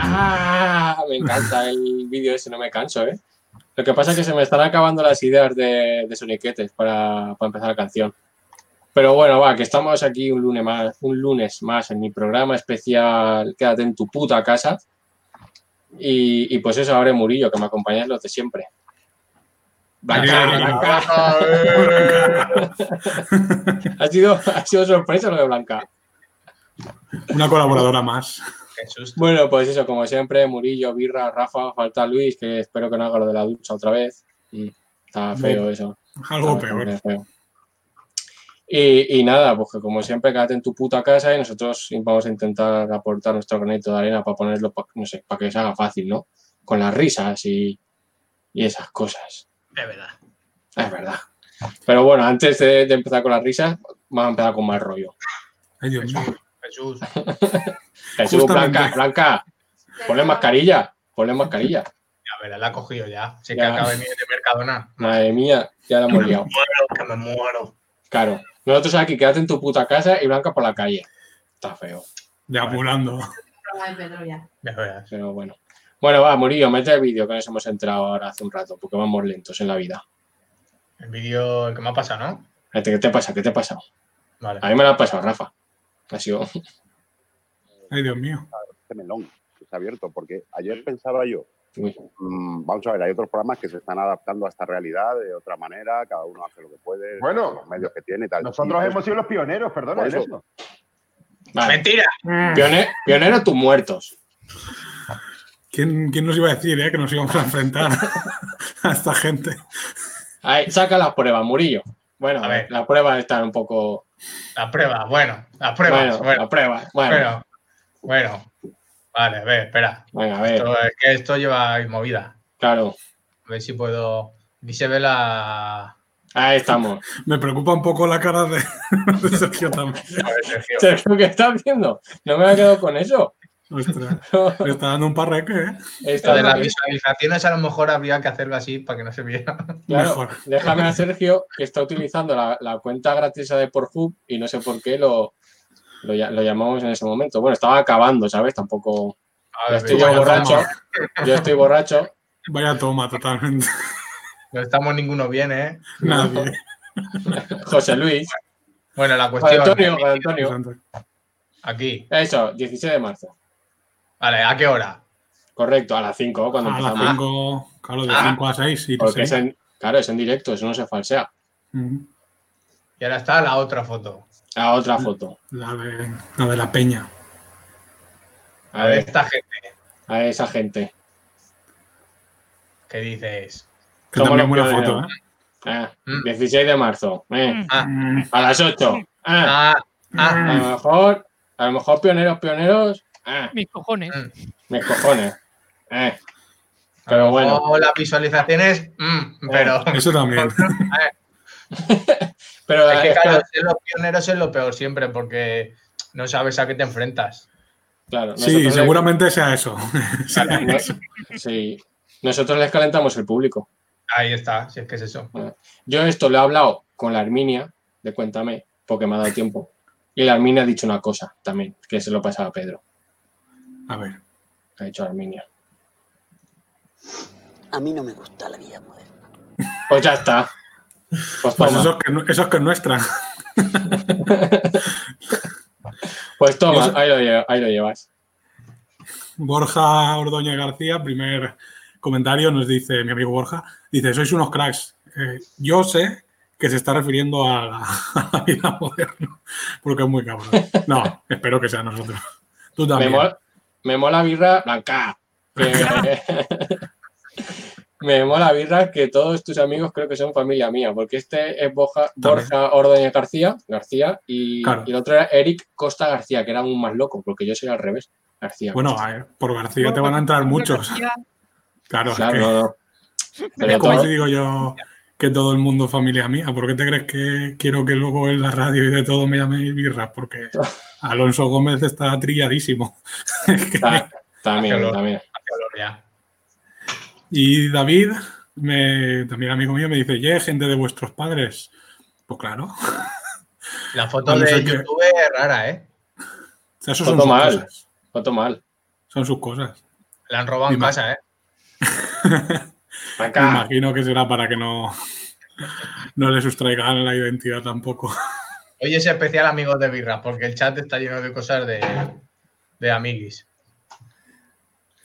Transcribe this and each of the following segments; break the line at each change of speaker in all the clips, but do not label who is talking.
Ah, me encanta el vídeo ese, no me canso, ¿eh? Lo que pasa es que se me están acabando las ideas de, de soniquetes para, para empezar la canción. Pero bueno, va, que estamos aquí un lunes más, un lunes más en mi programa especial Quédate en tu puta casa. Y, y pues eso, Abre Murillo, que me acompañáis los de siempre. Blanca, Blanca. ha, sido, ha sido sorpresa lo de Blanca.
Una colaboradora más.
Bueno, pues eso, como siempre, Murillo, Birra, Rafa, falta Luis, que espero que no haga lo de la ducha otra vez. Mm, Está feo eso.
Algo
Está
peor.
bastante feo. Y, y nada, pues que como siempre, quédate en tu puta casa y nosotros vamos a intentar aportar nuestro granito de arena para ponerlo, pa- no sé, para que se haga fácil, ¿no? Con las risas y, y esas cosas.
Es verdad.
Es verdad. Pero bueno, antes de, de empezar con las risas, vamos a empezar con más rollo.
Ay, Dios mío.
Jesús.
Jesús,
Justamente.
Blanca, Blanca, ponle mascarilla, ponle mascarilla.
Ya verás, la ha cogido ya. Sé que
Ya.
acaba de venir de Mercadona.
Madre mía, ya la hemos liado.
Muero, que me muero.
Claro. Nosotros aquí, quédate en tu puta casa y Blanca por la calle. Está feo,
De apurando.
Ay, Pedro, ya.
Ya verás.
pero bueno. Bueno, va, Murillo, mete el vídeo que nos hemos entrado ahora hace un rato, porque vamos lentos en la vida.
El vídeo el que me ha pasado, ¿no?
Este, ¿Qué te pasa? ¿Qué te pasa?
Vale.
A mí me lo ha pasado, Rafa. Ha sido...
Ay, Dios mío.
este melón que se ha abierto, porque ayer pensaba yo,
Uy.
mm, vamos a ver, hay otros programas que se están adaptando a esta realidad de otra manera, cada uno hace lo que puede,
Bueno,
con los medios que tiene y tal.
Nosotros
Y,
hemos sido los pioneros, perdona,
Por
en
eso.
eso.
Vale.
¡Mentira!
Pione- pionero, tus muertos.
¿Quién, quién nos iba a decir eh, que nos íbamos a enfrentar a esta gente?
Ahí, saca las pruebas, Murillo. Bueno,
A ver.
las pruebas están un poco...
Las pruebas, bueno. Las pruebas,
bueno,
bueno.
las pruebas. Bueno,
Bueno. Bueno. Vale, a ver, espera.
venga, a ver.
Esto, es que esto lleva movida.
Claro,
A ver si puedo. Aquí se ve la.
ahí estamos.
Me preocupa un poco la cara de, de Sergio también.
A ver, Sergio.
Sergio, ¿qué estás haciendo? No me ha quedado con eso.
Ostras, le está dando un parreque, ¿eh?
Esto
Está
de las visualizaciones a lo mejor habría que hacerlo así para que no se viera.
Claro,
Mejor.
déjame a Sergio, que está utilizando la, la cuenta gratis de Pornhub y no sé por qué lo, lo, lla- lo llamamos en ese momento. Bueno, estaba acabando, ¿sabes? Tampoco.
A
Yo
ver,
estoy
no
yo
estamos-
borracho. Yo estoy borracho.
Vaya toma, totalmente.
No estamos ninguno bien, ¿eh?
Nadie.
José Luis.
Bueno, la
Juan
cuestión.
Antonio, Juan Antonio.
Aquí.
Eso, 16 de marzo.
Vale, ¿a qué hora?
Correcto, a las 5 cuando
A las
empezamos.
5, claro, de
Ah.
5 a 6. Ah, Sí,
Porque
sí.
es en, claro, es en directo, eso no se falsea.
Mm,
Y ahora está la otra foto.
A
Mm.
otra foto.
La, de, la de la peña.
A
A ver,
ver,
esta gente
a esa gente.
que dices.
Que
Somos
también
los
buena
pioneros.
foto, ¿eh?
Ah,
Mm.
16 de marzo. eh.
Ah.
Mm,
A las 8.
Ah, ah,
A lo mejor, a lo mejor pioneros, pioneros. ah,
Mis cojones.
mis cojones. Eh,
a
pero
lo
bueno.
mejor las visualizaciones. mm, pero.
Eso también.
Pero
Es que,
es que-
claro, ser los pioneros es lo peor siempre porque no sabes a qué te enfrentas.
claro, nosotros
Sí,
le-
seguramente sea eso. Sea
no-
eso.
sí. Nosotros les calentamos el público.
Ahí está, si es que es eso.
Yo esto lo he hablado con la Arminia, de Cuéntame, porque me ha dado tiempo. Y la Arminia ha dicho una cosa también, que se lo pasaba a Pedro.
A ver.
Ha dicho Arminia.
A mí no me gusta la vida moderna.
Pues ya está. Pues
Pues
toma,
eso es que, no- eso es que es nuestra.
pues toma,
eso-
ahí lo, lle- ahí lo llevas.
Borja Ordoña García, primer comentario, nos dice mi amigo Borja, dice, sois unos cracks. Eh, yo sé que se está refiriendo a la, a la vida moderna, porque es muy cabrón. No, espero que sea nosotros. Tú
Me
también.
mola, me mola birra blanca. Que- me mola birra que todos tus amigos creo que son familia mía, porque este es Boja-
También.
Borja Ordóñez García, García y,
Claro.
y el otro era Eric Costa García, que era aún más loco, porque yo soy al revés. García.
Bueno, a ver, por García te van a entrar muchos. Claro, es
claro,
que-
no, no.
es
Pero
como
todo-
si digo yo que que todo el mundo es familia mía. ¿Por qué te crees que quiero que luego en la radio y de todo me llaméis birra? Porque Alonso Gómez está trilladísimo. Es que-
Ta- también,
Hágalo.
también.
Ya.
Y David, me- también amigo mío, me dice, ye, gente de vuestros padres. Pues claro, o
La foto
Bueno,
de
sé que-
YouTube es rara, ¿eh?
sea, eso
Todo
son sus
mal.
cosas.
Foto mal.
Son sus cosas.
La han robado en
Dime.
casa, ¿eh?
Acá.
Me imagino que será para que no, no le sustraigan la identidad tampoco.
Hoy es especial amigos de birra, porque el chat está lleno de cosas de, de amiguis.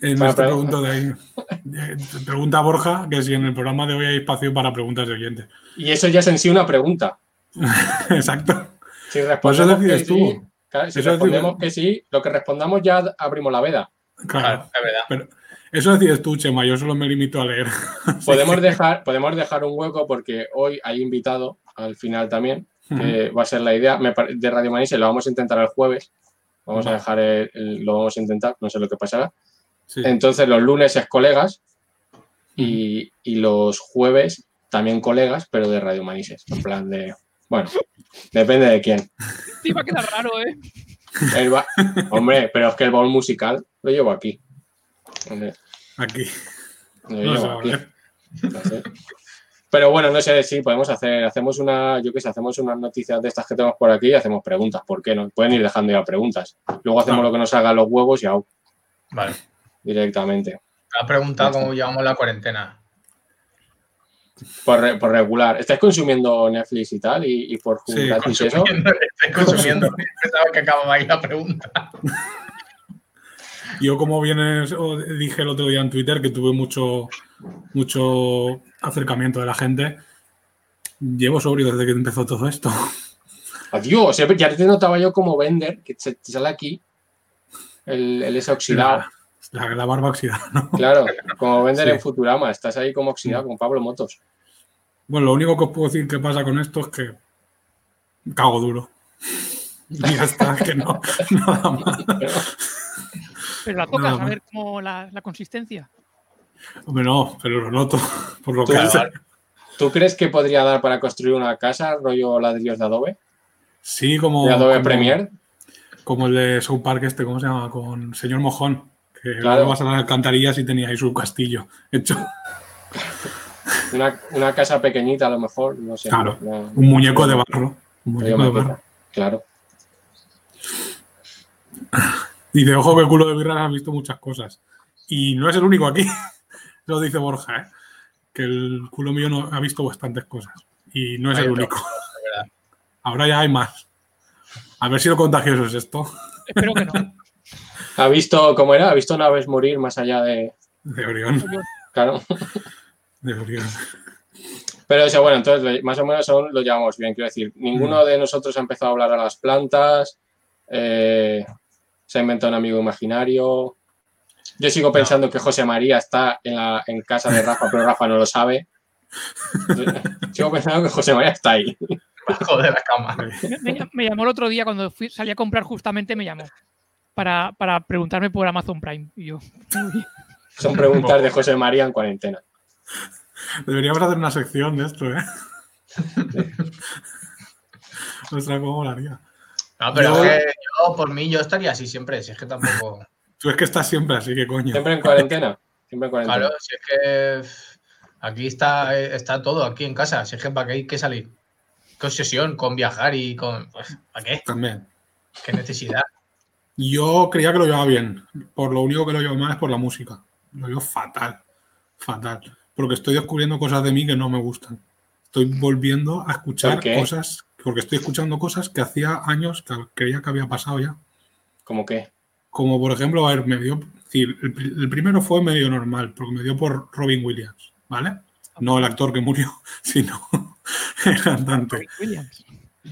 En
Para
esta
pre-
pregunta de ahí, eh, pregunta Borja que si en el programa de hoy hay espacio para preguntas de oyentes.
Y eso ya es en sí una pregunta.
Exacto.
Si respondemos
Pues decides
que
tú.
sí, claro, si
Eso
respondemos
decides-
que sí, lo que respondamos ya abrimos la veda.
Claro.
Claro, es verdad.
Eso decides tú, Chema. Yo solo me limito a leer.
Podemos dejar, podemos dejar un hueco porque hoy hay invitado al final también, que va a ser la idea me pare- de Radio Manise, lo vamos a intentar el jueves. Vamos a
Vale.
dejar el- el- lo vamos a intentar, no sé lo que pasará.
Sí.
Entonces los lunes es colegas y, y los jueves también colegas, pero de Radio Manises. En plan de, bueno, depende de quién.
Sí, va a quedar raro, ¿eh?
El ba- Hombre, pero es que el baúl musical lo llevo aquí. Hombre,
Aquí.
Lo
No ¿eh?
llevo
se va a
aquí.
ver.
Así. Pero bueno, no sé si podemos hacer, hacemos una, yo qué sé, hacemos unas noticias de estas que tenemos por aquí y hacemos preguntas. ¿Por qué no? Pueden ir dejando ya preguntas. Luego hacemos
Claro.
lo que nos hagan los huevos y au,
Vale.
directamente.
Me ha preguntado cómo llevamos la cuarentena.
Por, re- por regular. ¿Estáis consumiendo Netflix y tal? ¿Y, y por
Sí,
Netflix y eso?
Consumiendo, estoy consumiendo. Pensaba que acababa ahí la pregunta.
Yo, como vienes, o dije el otro día en Twitter que tuve mucho, mucho acercamiento de la gente. Llevo sobrio desde que empezó todo esto.
Adiós, eh, ya te notaba yo como vender, que se- te sale aquí el, el ese oxidado.
La, la, la barba oxidada, ¿no?
Claro, como vender
Sí.
en Futurama, estás ahí como oxidado con Pablo Motos.
Bueno, lo único que os puedo decir que pasa con esto es que cago duro. Y ya está, que no, nada más.
Pero la tocas,
no.
a ver cómo la, la consistencia.
Hombre, no, pero lo noto. Por lo
Tú,
que hace.
¿Tú crees que podría dar para construir una casa rollo ladrillos de Adobe?
Sí, como.
de Adobe
como-
Premiere.
Como el de South Park, este, ¿cómo se llama? Con señor Mojón. Que
Claro.
luego vas a las alcantarillas y tenía ahí su castillo hecho.
Una, una casa pequeñita a lo mejor, no sé.
Claro.
una-
Un muñeco de barro. Un
rollo
muñeco de
maqueta,
barro.
Claro.
Y de ojo que culo de birra has visto muchas cosas. Y no es el único aquí. Lo dice Borja, ¿eh? Que el culo mío no, ha visto bastantes cosas. Y no es
Hay
el
otro,
único.
de verdad.
Ahora ya hay más. A ver si lo contagioso es esto.
Espero que no.
¿Ha visto cómo era? ¿Ha visto naves morir más allá de.?
De Orión.
Claro.
De Orión.
Pero eso, bueno, entonces más o menos aún lo llevamos bien. Quiero decir,
Mm.
ninguno de nosotros ha empezado a hablar a las plantas. eh, se ha inventado un amigo imaginario. Yo sigo pensando que José María está en, la, en casa de Rafa, pero Rafa no lo sabe. sigo pensando que José María está ahí.
Bajo de la cama.
Me, me- me llamó el otro día cuando fui, salí a comprar, justamente me llamó. Para, para preguntarme por Amazon Prime. Y yo,
Son preguntas de José María en cuarentena.
Deberíamos hacer una sección de esto, ¿eh? Ostras, cómo molaría.
No, pero
Yo-
es que yo, por mí, yo estaría así siempre. Si es que tampoco.
Tú es que estás siempre así, que coño.
Siempre en cuarentena. Siempre en cuarentena.
Claro, si es que pff, aquí está, eh, está todo, aquí en casa. Si es que para qué hay que salir. Qué obsesión con viajar y con. pues, ¿Para qué?
También.
¿Qué necesidad?
Yo creía que lo llevaba bien. Por lo único que lo llevo mal es por la música. Lo llevo fatal. Fatal. Porque estoy descubriendo cosas de mí que no me gustan. Estoy volviendo a escuchar
¿Por qué?
cosas. Porque estoy escuchando cosas que hacía años que creía que había pasado ya.
Como que.
Como por ejemplo, a ver, me dio. sí, el, pri- el primero fue medio normal, porque me dio por Robin Williams, ¿vale? No el actor que murió, sino el cantante.
Williams.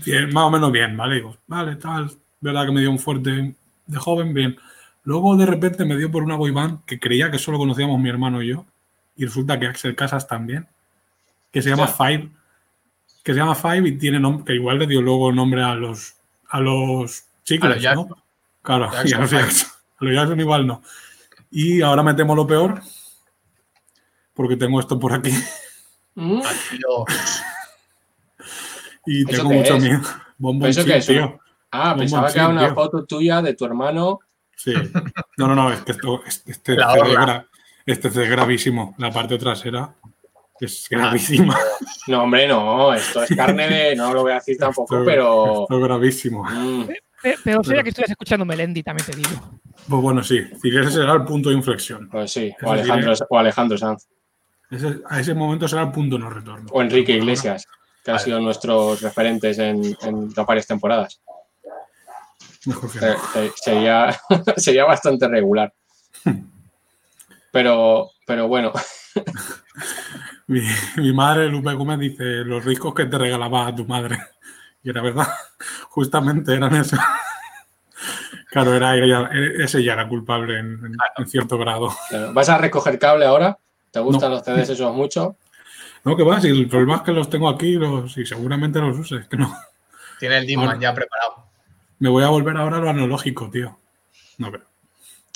Bien, más o menos bien, ¿vale? Digo, vale, tal, verdad que me dio un fuerte de joven, bien. Luego de repente me dio por una boy band que creía que solo conocíamos mi hermano y yo, y resulta que Axel Casas también, que se llama
Ya.
Five, que se llama Five y tiene nombre, que igual le dio luego nombre a los a los chicos,
A los Jackson.
¿no? Claro, y a los
Jackson
Jackson. A los Jackson igual no. Y ahora me temo lo peor, porque tengo esto por aquí.
Mm.
Tío,
Y
¿Eso
tengo
qué
mucho
es?
miedo. Bombón
¿Eso
chip,
qué es?
tío.
Ah,
Un
pensaba que era
bombón,
una
tío.
foto tuya de tu hermano.
Sí. No, no, no, es que esto, es- este,
La
CD
orla.
gra- este CD es gravísimo. La parte trasera
Ah.
es gravísima.
No, hombre, no, esto es carne de. No lo voy a decir tampoco,
Esto-
pero.
esto es gravísimo.
Mm,
Pe- Peor sería que estuvieras escuchando Melendi, también te digo.
Pues bueno, sí, sí que ese será el punto de inflexión.
pues sí,
Eso
o Alejandro, o Alejandro Sanz,
Ese- a ese momento será el punto no retorno.
o Enrique Iglesias, que han
Vale.
sido nuestros referentes en, en varias temporadas.
Mejor que no.
Se- se- sería, sería bastante regular. Pero, pero bueno,
Mi, mi madre, Lupe Gómez, dice los discos que te regalaba a tu madre. Y era verdad, justamente eran eso. Claro, era ella, ese ya era culpable en, en- en cierto grado.
claro. ¿vas a recoger cable ahora? ¿Te gustan los CDs esos mucho?
No, que va, si el problema es que los tengo aquí los, y seguramente los uses, que no.
tiene el Disman
Bueno.
ya preparado.
Me voy a volver ahora a lo analógico, tío. No, pero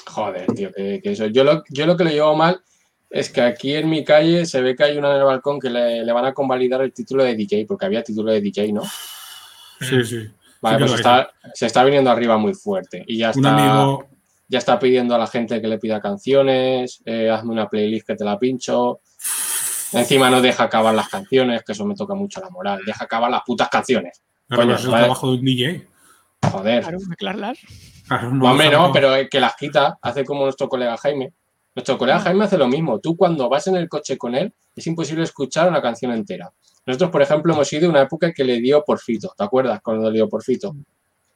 Joder, tío, que, que eso. Yo lo, yo lo que lo llevo mal es que aquí en mi calle se ve que hay una en el balcón que le, le van a convalidar el título de DJ, porque había título de DJ, ¿no?
sí, sí.
Vale,
Sí que
pues
lo
está- se está viniendo arriba muy fuerte. Y ya
Un
está,
amigo,
ya está pidiendo a la gente que le pida canciones, eh, hazme una playlist que te la pincho. Encima no deja acabar las canciones, que eso me toca mucho la moral. Deja acabar las putas canciones. coño,
claro, pero es el
vale.
trabajo de un DJ.
Joder.
Claro, mezclarlas.
Claro,
No, Pues hombre,
dejar
no,
todo.
pero es que las quita, hace como nuestro colega Jaime. Nuestro colega Jaime hace lo mismo. Tú cuando vas en el coche con él, es imposible escuchar una canción entera. Nosotros, por ejemplo, hemos ido a una época que le dio Porfito, ¿te acuerdas? Cuando le dio Porfito.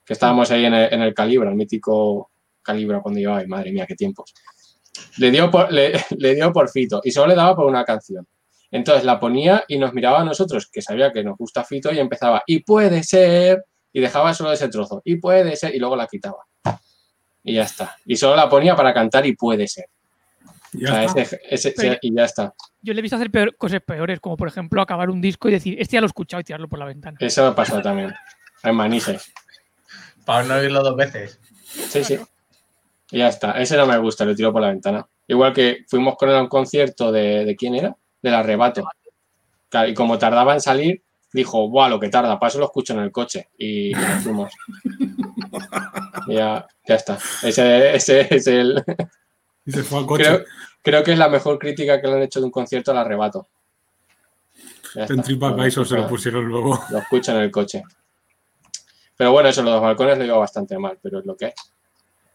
Que estábamos ahí en el, en el Calibra, el mítico Calibra cuando yo, ay, madre mía, qué tiempos. Le dio, por, le, le dio Porfito y solo le daba por una canción. Entonces la ponía y nos miraba a nosotros, que sabía que nos gusta Fito, y empezaba, y puede ser, y dejaba solo ese trozo, y puede ser, y luego la quitaba. Y ya está. Y solo la ponía para cantar y puede ser.
Ya
O sea,
está.
ese- ese-
Pero-
ese- y ya está.
Yo le he visto hacer peor- cosas peores, como por ejemplo acabar un disco y decir, este ya lo he escuchado y tirarlo por la ventana.
Eso me ha pasado también. En Manises.
Para no oírlo dos veces.
Sí, sí. Y ya está. Ese no me gusta, lo tiro por la ventana. Igual que fuimos con él a un concierto de, ¿de quién era? Del arrebato. Claro, y como tardaba en salir, dijo, guau, lo que tarda, paso lo escucho en el coche. Y nos fuimos. Y ya, ya está. Ese, ese es el.
Y se fue al coche.
Creo, creo que es la mejor crítica que le han hecho de un concierto al arrebato. Ya está.
en TripAdvisor se lo pusieron luego.
lo escucho en el coche. Pero bueno, eso, los dos balcones lo llevo bastante mal, pero es lo que es.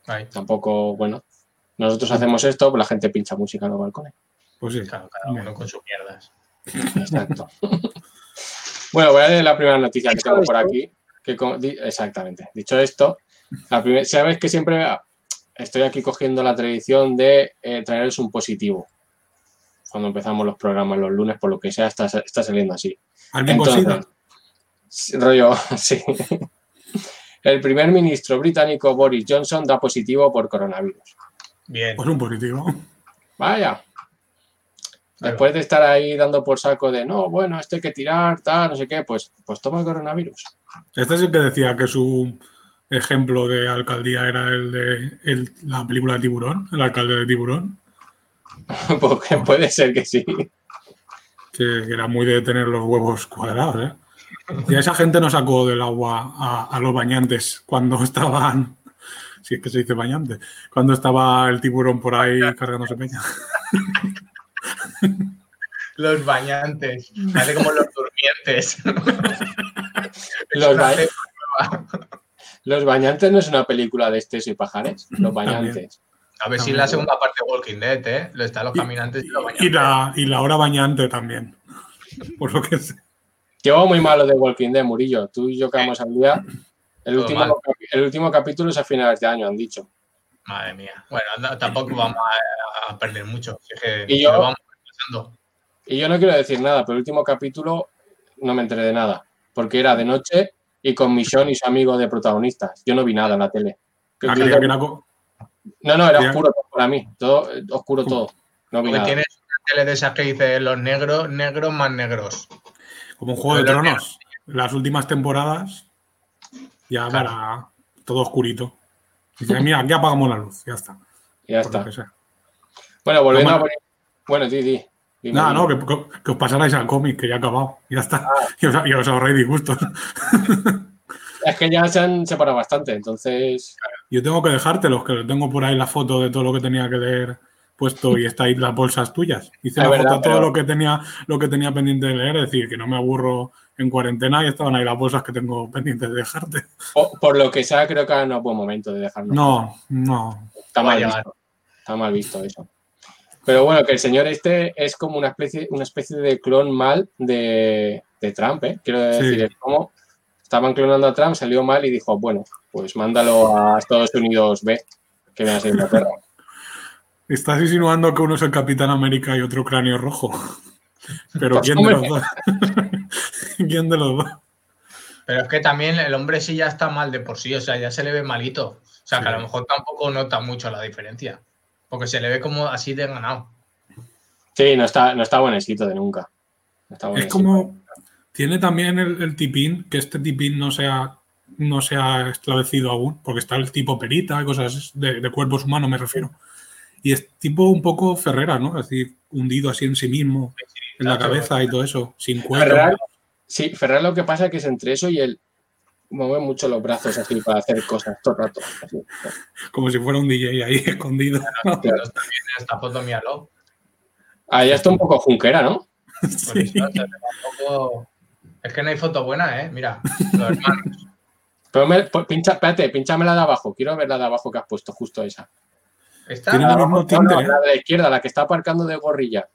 Ahí,
Tampoco, bueno, nosotros hacemos esto, pues la gente pincha música en los balcones.
Pues sí.
claro, cada uno con sus mierdas.
Exacto. bueno, voy a leer la primera noticia que tengo por aquí. Que co- di- exactamente. Dicho esto, la primer- sabes que siempre estoy aquí cogiendo la tradición de eh, traeros un positivo. Cuando empezamos los programas los lunes, por lo que sea, está, está saliendo así.
¿Alguien cocina?
Entonces, sí, rollo, sí. El primer ministro británico Boris Johnson da positivo por coronavirus.
Bien.
Pues un positivo.
Vaya. Después de estar ahí dando por saco de no, bueno, este hay que tirar, tal, no sé qué, pues, pues toma el coronavirus.
Este es el que decía que su ejemplo de alcaldía era el de el- la película de Tiburón, el alcalde de Tiburón,
Porque puede ser que sí.
que era muy de tener los huevos cuadrados. ¿eh? Y a esa gente no sacó del agua a, a los bañantes cuando estaban, si es que se dice bañante, cuando estaba el tiburón por ahí cargándose peña.
Los bañantes. Hace como los durmientes.
Los, ba- Los Bañantes no es una película de Esteso y Pajares. Los Bañantes.
A ver si la segunda parte de Walking Dead, ¿eh? Lo están los caminantes y los
Y
bañantes.
la, y la hora bañante también, por lo que sé.
Llevo muy malo de Walking Dead, Murillo. Tú y yo quedamos al día. El
Todo mal.
último, capi- el último capítulo es a finales de año, han dicho.
Madre mía. Bueno, no, tampoco vamos a, a perder mucho. Si es que
Y yo-
lo vamos pasando.
Y yo no quiero decir nada, pero el último capítulo no me enteré de nada, porque era de noche y con Michonne y su amigo de protagonistas. Yo no vi nada en la tele.
Ah, creía que era co-
No, no, era
Ya.
oscuro todo para mí, todo eh, oscuro todo. No vi
Porque
nada.
tienes una tele de esas que dice los negros, negros más negros.
como un juego de tronos. Las últimas temporadas ya
Claro.
para todo oscurito. Dice, mira, aquí apagamos la luz, ya está.
Ya
por lo
está.
que sea.
Bueno, volviendo
Lo
a
malo-
Boris- Bueno, di, di. Dime,
Nada, no,
dime.
que, que- que os pasarais al cómic, que ya ha acabado. Ya está.
Ah.
Y os, y os ahorráis disgustos.
Es que ya se han separado bastante, entonces.
Yo tengo que dejártelos, que tengo por ahí la foto de todo lo que tenía que leer puesto y está ahí las bolsas tuyas. Hice
Es
la
verdad,
foto de todo
pero-
lo que tenía lo que tenía pendiente de leer, es decir, que no me aburro en cuarentena y estaban ahí las bolsas que tengo pendientes de dejarte.
Por, por lo que sea, creo que ahora no es buen momento de dejarlo.
No, no.
Está mal
Vaya.
visto. Está mal visto eso. Pero bueno, que el señor este es como una especie, una especie de clon mal de, de Trump, ¿eh? Quiero
Sí.
decir, es como estaban clonando a Trump, salió mal y dijo, bueno, pues mándalo a Estados Unidos B, que viene a ser Inglaterra.
Estás insinuando que uno es el Capitán América y otro cráneo rojo. Pero
Pues,
¿quién de los
hombre.
dos? ¿Quién de los dos?
Pero es que también el hombre sí ya está mal de por sí, o sea, ya se le ve malito. O sea, que a
Sí.
lo mejor tampoco nota mucho la diferencia. Porque se le ve como así de ganado.
Sí, no está, no está buenecito de nunca. No está
Es
buenecito.
como. Tiene también el, el tipín, que este tipín no se ha, no se ha esclarecido aún, porque está el tipo perita, cosas de, de cuerpos humanos, me refiero. Y es tipo un poco Ferrera, ¿no? Es decir, hundido así en sí mismo, en la
claro.
cabeza y todo eso, sin cuello.
Ferrar, sí, Ferrar lo que pasa es que es entre eso y él mueve mucho los brazos así para hacer cosas todo el rato. así.
como si fuera un DJ ahí escondido.
Entonces también esta foto míralo.
Ah, ya está un poco junquera, ¿no?
Por
Sí.
eso, o sea, tampoco- Es que no hay foto buena, ¿eh? Mira, los hermanos.
Pero me- po- pincha, espérate, pinchame la de abajo. Quiero ver la de abajo que has puesto, justo esa.
Esta,
Tiene
La
el
de
mismo
abajo, no, no,
tinte, ¿eh?
la de la izquierda, la que está aparcando de gorrilla.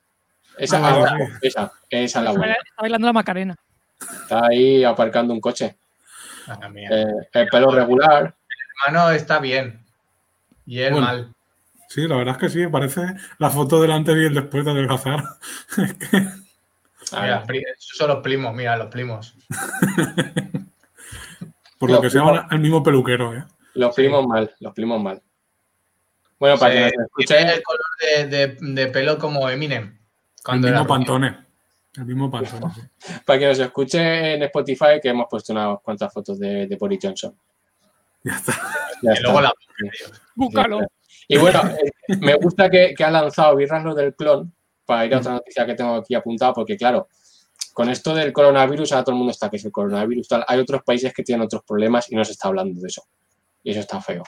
Esa,
Ah,
ahí
vale.
está, esa, esa es la
Está
buena.
baila- está bailando la Macarena.
Está ahí aparcando un coche.
Madre mía.
Eh, el pelo regular.
hermano está bien. Y él
Bueno.
mal.
Sí, la verdad es que sí, parece la foto del antes y el después de adelgazar. Es que-
Ah,
Mira, pri- esos son los primos, mira, los primos.
por lo
No,
que se
no.
van al mismo peluquero, ¿eh?
los primos mal, los primos mal. Bueno, para
Sí,
que nos
Tiene
escuche,
el color de, de- de pelo como Eminem.
El
Cuando era
mismo
rubio.
pantone. El mismo pantone, sí.
para que nos escuche en Spotify, que hemos puesto unas cuantas fotos de, de Boris Johnson.
Ya está.
Ya
Y luego
está.
la
Búscalo.
Y bueno, eh, me gusta que, que ha lanzado Birras lo del clon para ir a otra noticia que tengo aquí apuntada, porque claro, con esto del coronavirus, ahora todo el mundo está que es el coronavirus, tal. Hay otros países que tienen otros problemas y no se está hablando de eso. Y eso está feo.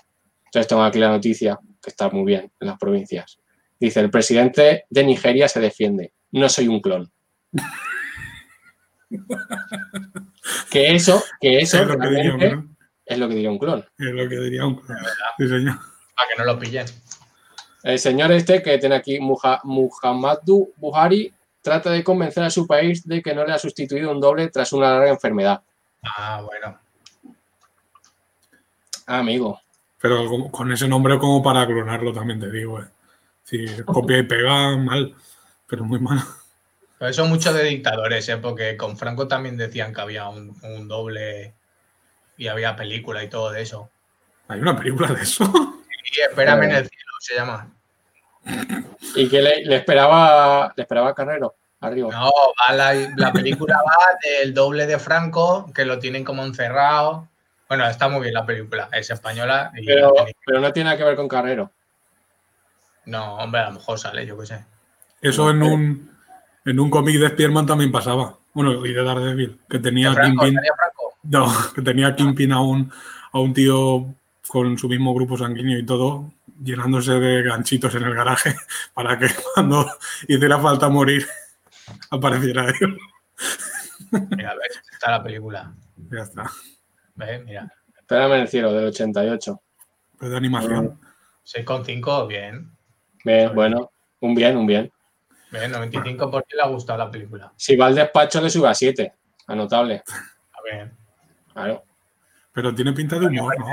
Entonces tengo aquí la noticia, que está muy bien, en las provincias. Dice, el presidente de Nigeria se defiende. No soy un clon. que eso, que eso
Es lo que diría,
¿eh?
realmente
¿no?
es lo que diría un clon.
Es lo que diría un Sí, señor.
para que no lo pillen.
El señor este que tiene aquí, Muja- Muhammadu Buhari, trata de convencer a su país de que no le ha sustituido un doble tras una larga enfermedad.
Ah, bueno.
Ah, amigo,
Pero con, con ese nombre como para clonarlo también te digo, eh. Si copia y pega, mal. Pero muy mal.
Pero eso mucho de dictadores, ¿eh? porque con Franco también decían que había un, un doble y había película y todo de eso.
Hay una película de eso.
Y espérame en el cielo, se llama.
y que le, le esperaba le esperaba Carrero arriba.
No, va la, la película va del doble de Franco, que lo tienen como encerrado. Bueno, está muy bien la película, es española. Y
Pero, pero no tiene nada que ver con Carrero.
No, hombre, a lo mejor sale, yo qué sé.
Eso en un en un cómic de Spearman también pasaba. Bueno, y de Daredevil, que tenía
Franco,
Kingpin.
¿salía Franco?
No, que tenía Kingpin a un, a un tío con su mismo grupo sanguíneo y todo, llenándose de ganchitos en el garaje para que cuando hiciera falta morir apareciera él.
Mira, a ver, está la película.
Ya está.
¿Ves? Mira,
Espérame en el cielo, del 88.
Pero de animación.
6,5, bien.
Bien, bueno, un bien, un bien.
Bien, 95% le ha gustado la película.
Si va al despacho le sube a 7. Anotable.
A ver.
Claro.
Pero tiene pinta de humor, ¿no?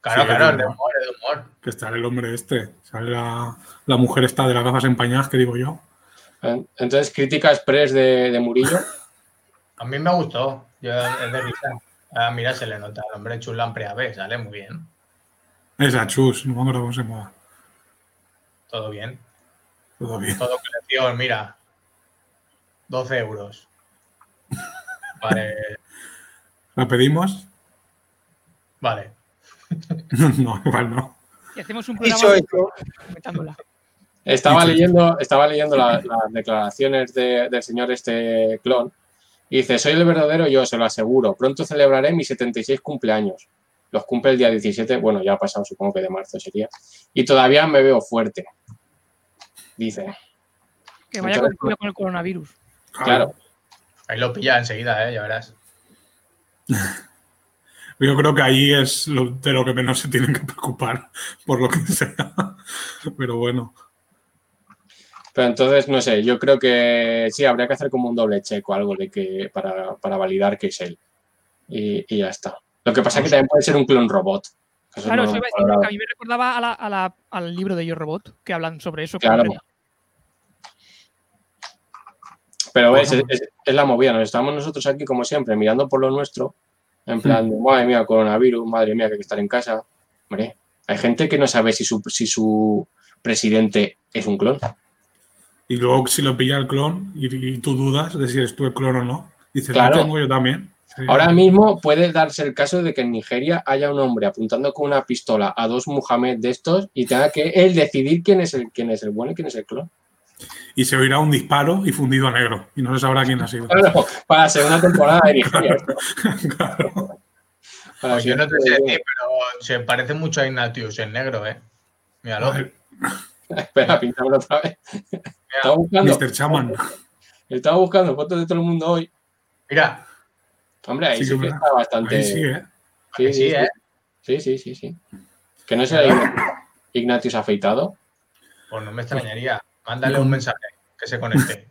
Claro,
Sí,
claro,
es
es de
humor.
humor, es de humor.
Que está el hombre este. Sale la, la mujer esta de las gafas empañadas, que digo yo.
En- Entonces, crítica express de, de Murillo.
A mí me gustó. Yo, es de risa. Ah, mira, se le nota al hombre chulán pre sale muy bien.
Esa chus, no me acuerdo cómo se llama.
Todo bien.
Todo bien.
Todo colección, mira. 12 euros. Vale,
¿La pedimos?
vale.
no, igual no.
Y hacemos un
Dicho
programa
esto,
comentándola.
Estaba
Sí, sí.
leyendo, estaba leyendo la- las declaraciones de- del señor este clon y dice, soy el verdadero yo, se lo aseguro. Pronto celebraré mis 76 cumpleaños. Los cumple el día 17, bueno, ya ha pasado supongo que de marzo sería. Y todavía me veo fuerte. Dice,
Que vaya
Entonces,
contigo con el coronavirus.
Ah.
claro,
Ahí lo pilla enseguida, ¿eh? ya verás.
Yo creo que ahí es lo- de lo que menos se tienen que preocupar, por lo que sea. Pero bueno,
pero entonces, no sé, yo creo que sí, habría que hacer como un doble check o algo de que, para, para validar que es él. Y, y ya está. Lo que pasa es que también puede ser un clon robot. Eso
Claro,
no
eso
lo
iba a
hemos
decir,
hablado.
que a mí me recordaba a la- a la- al libro de Yo Robot, que hablan sobre eso.
Claro.
como-
Pero ves, es, es- es la movida, nos estamos nosotros aquí, como siempre, mirando por lo nuestro, en plan, de, madre mía, coronavirus, madre mía, que hay que estar en casa. Hombre, hay gente que no sabe si su, si su presidente es un clon.
y luego si lo pilla el clon y, y tú dudas de si eres tú el clon o no, dices,
Claro.
lo tengo yo también. Sí.
Ahora mismo puede darse el caso de que en Nigeria haya un hombre apuntando con una pistola a dos Muhammad de estos y tenga que él decidir quién es el, quién es el bueno y quién es el clon.
Y se oirá un disparo y fundido a negro, y no se sabrá quién ha sido.
Claro, para la segunda temporada de Nigeria. esto.
Claro.
Para la
Pues yo no te sé
siguiente-
decir, pero se parece mucho a Ignatius en negro, ¿eh? Míralo.
Espera, pintámoslo otra vez. Estaba buscando,
Mr. Chaman.
estaba buscando fotos de todo el mundo hoy
Mira,
Hombre, ahí
Sí
sí,
que
que
verdad.
está bastante.
Ahí sí, ¿eh?
Sí,
que sí,
sí,
¿eh?
sí, sí, sí, sí. Que no sea Ign- Ignatius afeitado.
Pues no me extrañaría. Mándale un mensaje que se conecte.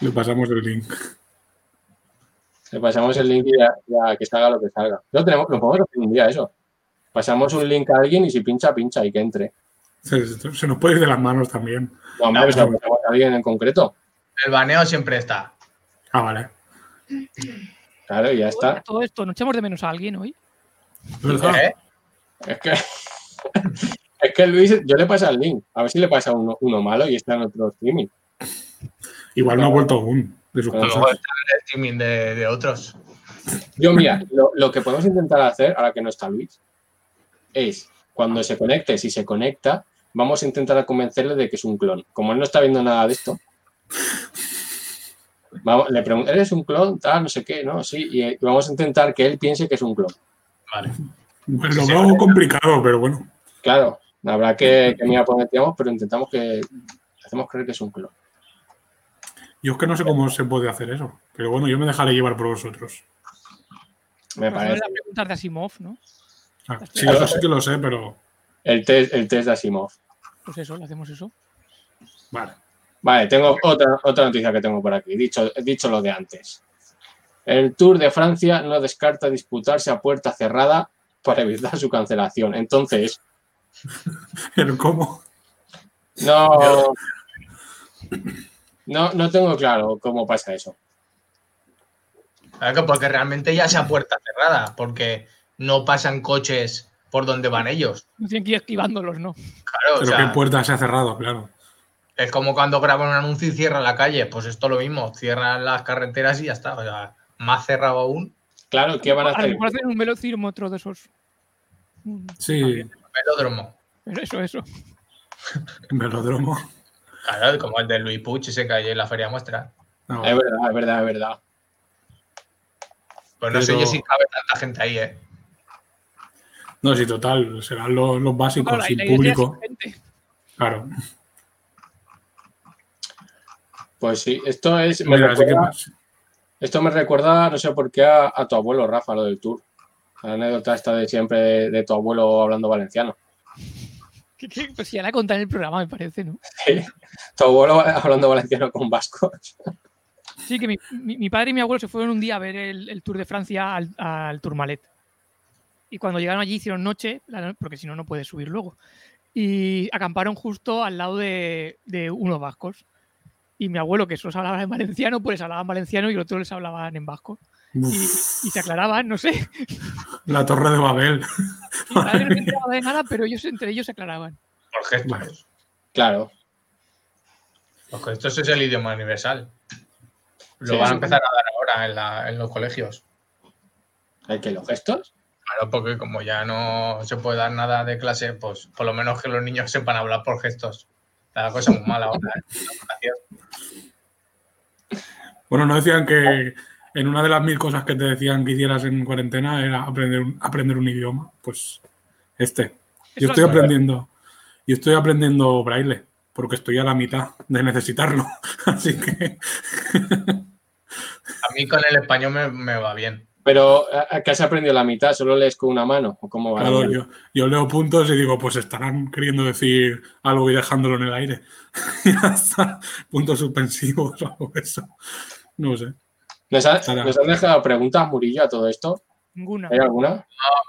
Le pasamos el link.
Le pasamos el link y ya, ya que salga lo que salga. Lo, tenemos, lo podemos hacer un día, eso. Pasamos un link a alguien y si pincha, pincha y que entre.
Se, se nos puede ir de las manos también.
No, hombre, pues, lo pasamos a alguien en concreto.
El baneo siempre está.
Ah, vale.
Claro, y ya está.
Todo esto, ¿no echamos de menos a alguien hoy?
¿Verdad?
¿Eh?
Es que, es que Luis, yo le paso el link. A ver si le pasa uno, uno malo y está en otro streaming.
Igual no ha vuelto aún de sus
Pero
cosas.
Luego está el streaming de, de otros.
Yo, mira, lo, lo que podemos intentar hacer, ahora que no está Luis, es cuando se conecte, si se conecta, vamos a intentar convencerle de que es un clon. Como él no está viendo nada de esto, vamos- le pregunto, ¿eres un clon? Tal, no sé qué, ¿no? Sí, y, eh, vamos a intentar que él piense que es un clon.
Vale.
Bueno,
Sí,
lo
sí,
veo
vale.
complicado, pero bueno.
Claro, habrá que, que mirar por dónde tiramos, pero intentamos que hacemos creer que es un clon.
Yo es que no sé cómo se puede hacer eso. Pero bueno, yo me dejaré llevar por vosotros.
Me
Por ejemplo,
parece.
las preguntas de Asimov, ¿no?
Ah, Sí, eso sí que lo sé, pero
El test, el test de Asimov.
Pues eso, le hacemos eso.
vale.
Vale, tengo otra, otra noticia que tengo por aquí, dicho, dicho lo de antes. El Tour de Francia no descarta disputarse a puerta cerrada para evitar su cancelación. Entonces,
Pero cómo.
no, no, no tengo claro cómo pasa eso.
Claro que Porque realmente ya sea puerta cerrada, porque no pasan coches por donde van ellos.
No tienen que ir esquivándolos, ¿no?
Claro, o
Pero
sea,
qué puerta se ha cerrado, claro.
es como cuando graban un anuncio y cierran la calle. Pues esto lo mismo, cierran las carreteras y ya está. O sea, más cerrado aún.
Claro, ¿qué van a
A lo
hacer?
mejor hacen un velocímetro de esos. Mm,
Sí,
Velódromo.
Pero eso, eso.
en velódromo.
Claro, como el de Luis Puig, ese que hay en la feria muestra.
No,
Es verdad, es verdad, es verdad.
Pues no sé
Pero-
yo si cabe tanta gente ahí, ¿eh?
no, sí, total. Serán lo- los, básicos,
Ahora, y
sin
la idea
público.
es gente.
Claro.
Pues sí, esto es. Me
Mira, así que-
recuerda, Esto me recuerda, no sé por qué, a, a tu abuelo, Rafa, lo del tour. La anécdota esta de siempre de, de tu abuelo hablando valenciano.
Que- que- Pues ya la conté en el programa, me parece, ¿no?
Tu abuelo hablando valenciano con vascos.
Sí, que mi, mi- mi padre y mi abuelo se fueron un día a ver el, el Tour de Francia al, al Tourmalet. Y cuando llegaron allí hicieron noche, la no- porque si no, no puedes subir luego. Y acamparon justo al lado de, de unos vascos. Y mi abuelo, que solo se hablaba en valenciano, pues hablaban valenciano y los otros les hablaban en vasco. Y,
uf,
y se aclaraban, no sé.
la torre de Babel.
Mi padre no se enteraba de nada, pero ellos entre ellos se aclaraban.
Por gestos.
Vale.
Claro.
Los gestos es el idioma universal. Lo
Sí,
van a
sí.
empezar a dar ahora en, la- en los colegios.
¿El que los gestos?
Claro, porque como ya no se puede dar nada de clase, pues por lo menos que los niños sepan hablar por gestos. Está La cosa muy mala ahora. ¿eh? Gracias.
Bueno, nos decían que en una de las mil cosas que te decían que hicieras en cuarentena era aprender un, aprender un idioma. Pues este. Yo
Eso
estoy
es-
aprendiendo. Yo estoy aprendiendo braille, porque estoy a la mitad de necesitarlo. Así que.
A mí con el español me, me va bien.
Pero ¿a- a ¿qué has aprendido la mitad? ¿Solo lees con una mano? ¿O cómo va?
Claro, yo, yo leo puntos y digo, pues estarán queriendo decir algo y dejándolo en el aire. Ya está. puntos suspensivos o algo de eso. No sé.
¿Nos, ha-
Claro.
nos han dejado preguntas, Murillo, a todo esto?
Ninguna.
¿Hay alguna?
No,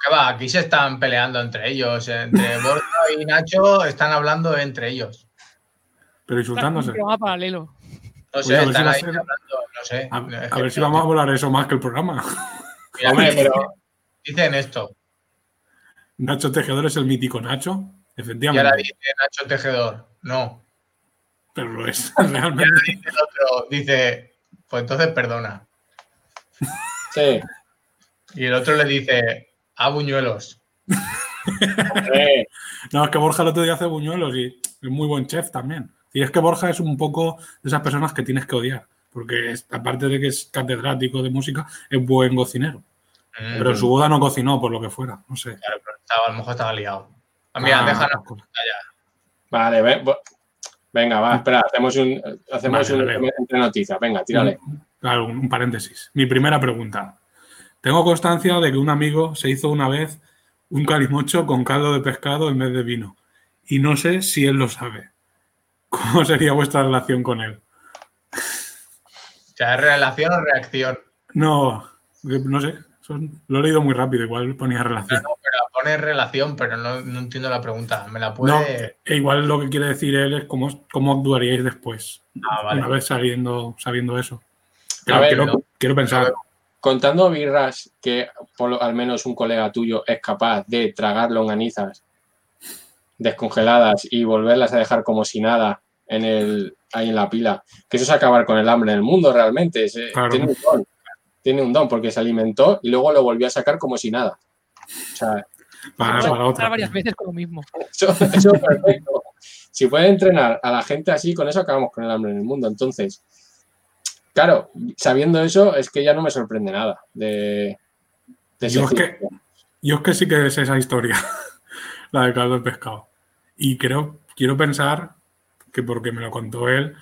que va, aquí se están peleando entre ellos. Entre Borja y Nacho están hablando entre ellos.
Pero
Un
insultándose.
programa paralelo.
No
Oye,
sé,
a ver si
están
va a
ahí
ser-
hablando, no sé.
A,
Es
a
que
ver si vamos a volar eso más que el programa.
mira,
Hombre, pero
Dicen esto.
Nacho Tejedor es el mítico Nacho.
Y ahora
Efectivamente.
dice Nacho Tejedor. No.
Pero lo es.
Y ahora
Realmente.
dice el otro, dice, pues entonces perdona.
sí.
Y el otro le dice, a buñuelos.
Hombre,
No, es que Borja el otro día hace buñuelos y es muy buen chef también. Y es que Borja es un poco de esas personas que tienes que odiar. Porque es- aparte de que es catedrático de música, es buen cocinero.
Mm,
Pero en su boda no cocinó, por lo que fuera. No sé.
claro, pero estaba, a lo mejor estaba liado. Ah, Mira,
Ah,
déjanos.
pues,
Vale, ve- bo- venga, va, espera, hacemos un hacemos
Vale,
un-
vale.
entre noticias. Venga, tírale.
Claro, un, un paréntesis. Mi primera pregunta. Tengo constancia de que un amigo se hizo una vez un calimocho con caldo de pescado en vez de vino. Y no sé si él lo sabe. ¿Cómo sería vuestra relación con él?
O sea, ¿es relación o reacción?
No, no sé. son- lo he leído muy rápido, igual ponía relación.
Ah, No, pero pone relación, pero no, no entiendo la pregunta. ¿Me la
No,
puede...?
e igual lo que quiere decir él es cómo, cómo actuaríais después,
Ah, vale.
una vez sabiendo, sabiendo eso.
A
Pero
ver,
quiero,
no.
quiero
A ver.
pensar.
Contando birras que por lo- al menos un colega tuyo es capaz de tragar longanizas descongeladas y volverlas a dejar como si nada en el ahí en la pila, que eso es acabar con el hambre en el mundo realmente. es, eh,
Claro.
Tiene un don. Tiene un don porque se alimentó y luego lo volvió a sacar como si nada. O sea,
Para,
O sea,
Ah, para otra.
varias veces con lo mismo.
Eso, eso es perfecto. Si puede entrenar a la gente así, con eso acabamos con el hambre en el mundo. Entonces, claro, sabiendo eso, es que ya no me sorprende nada de, de ese
Yo es que-
tipo.
Yo es que sí que es esa historia, la del caldo de pescado. Y creo, quiero pensar que porque me lo contó él,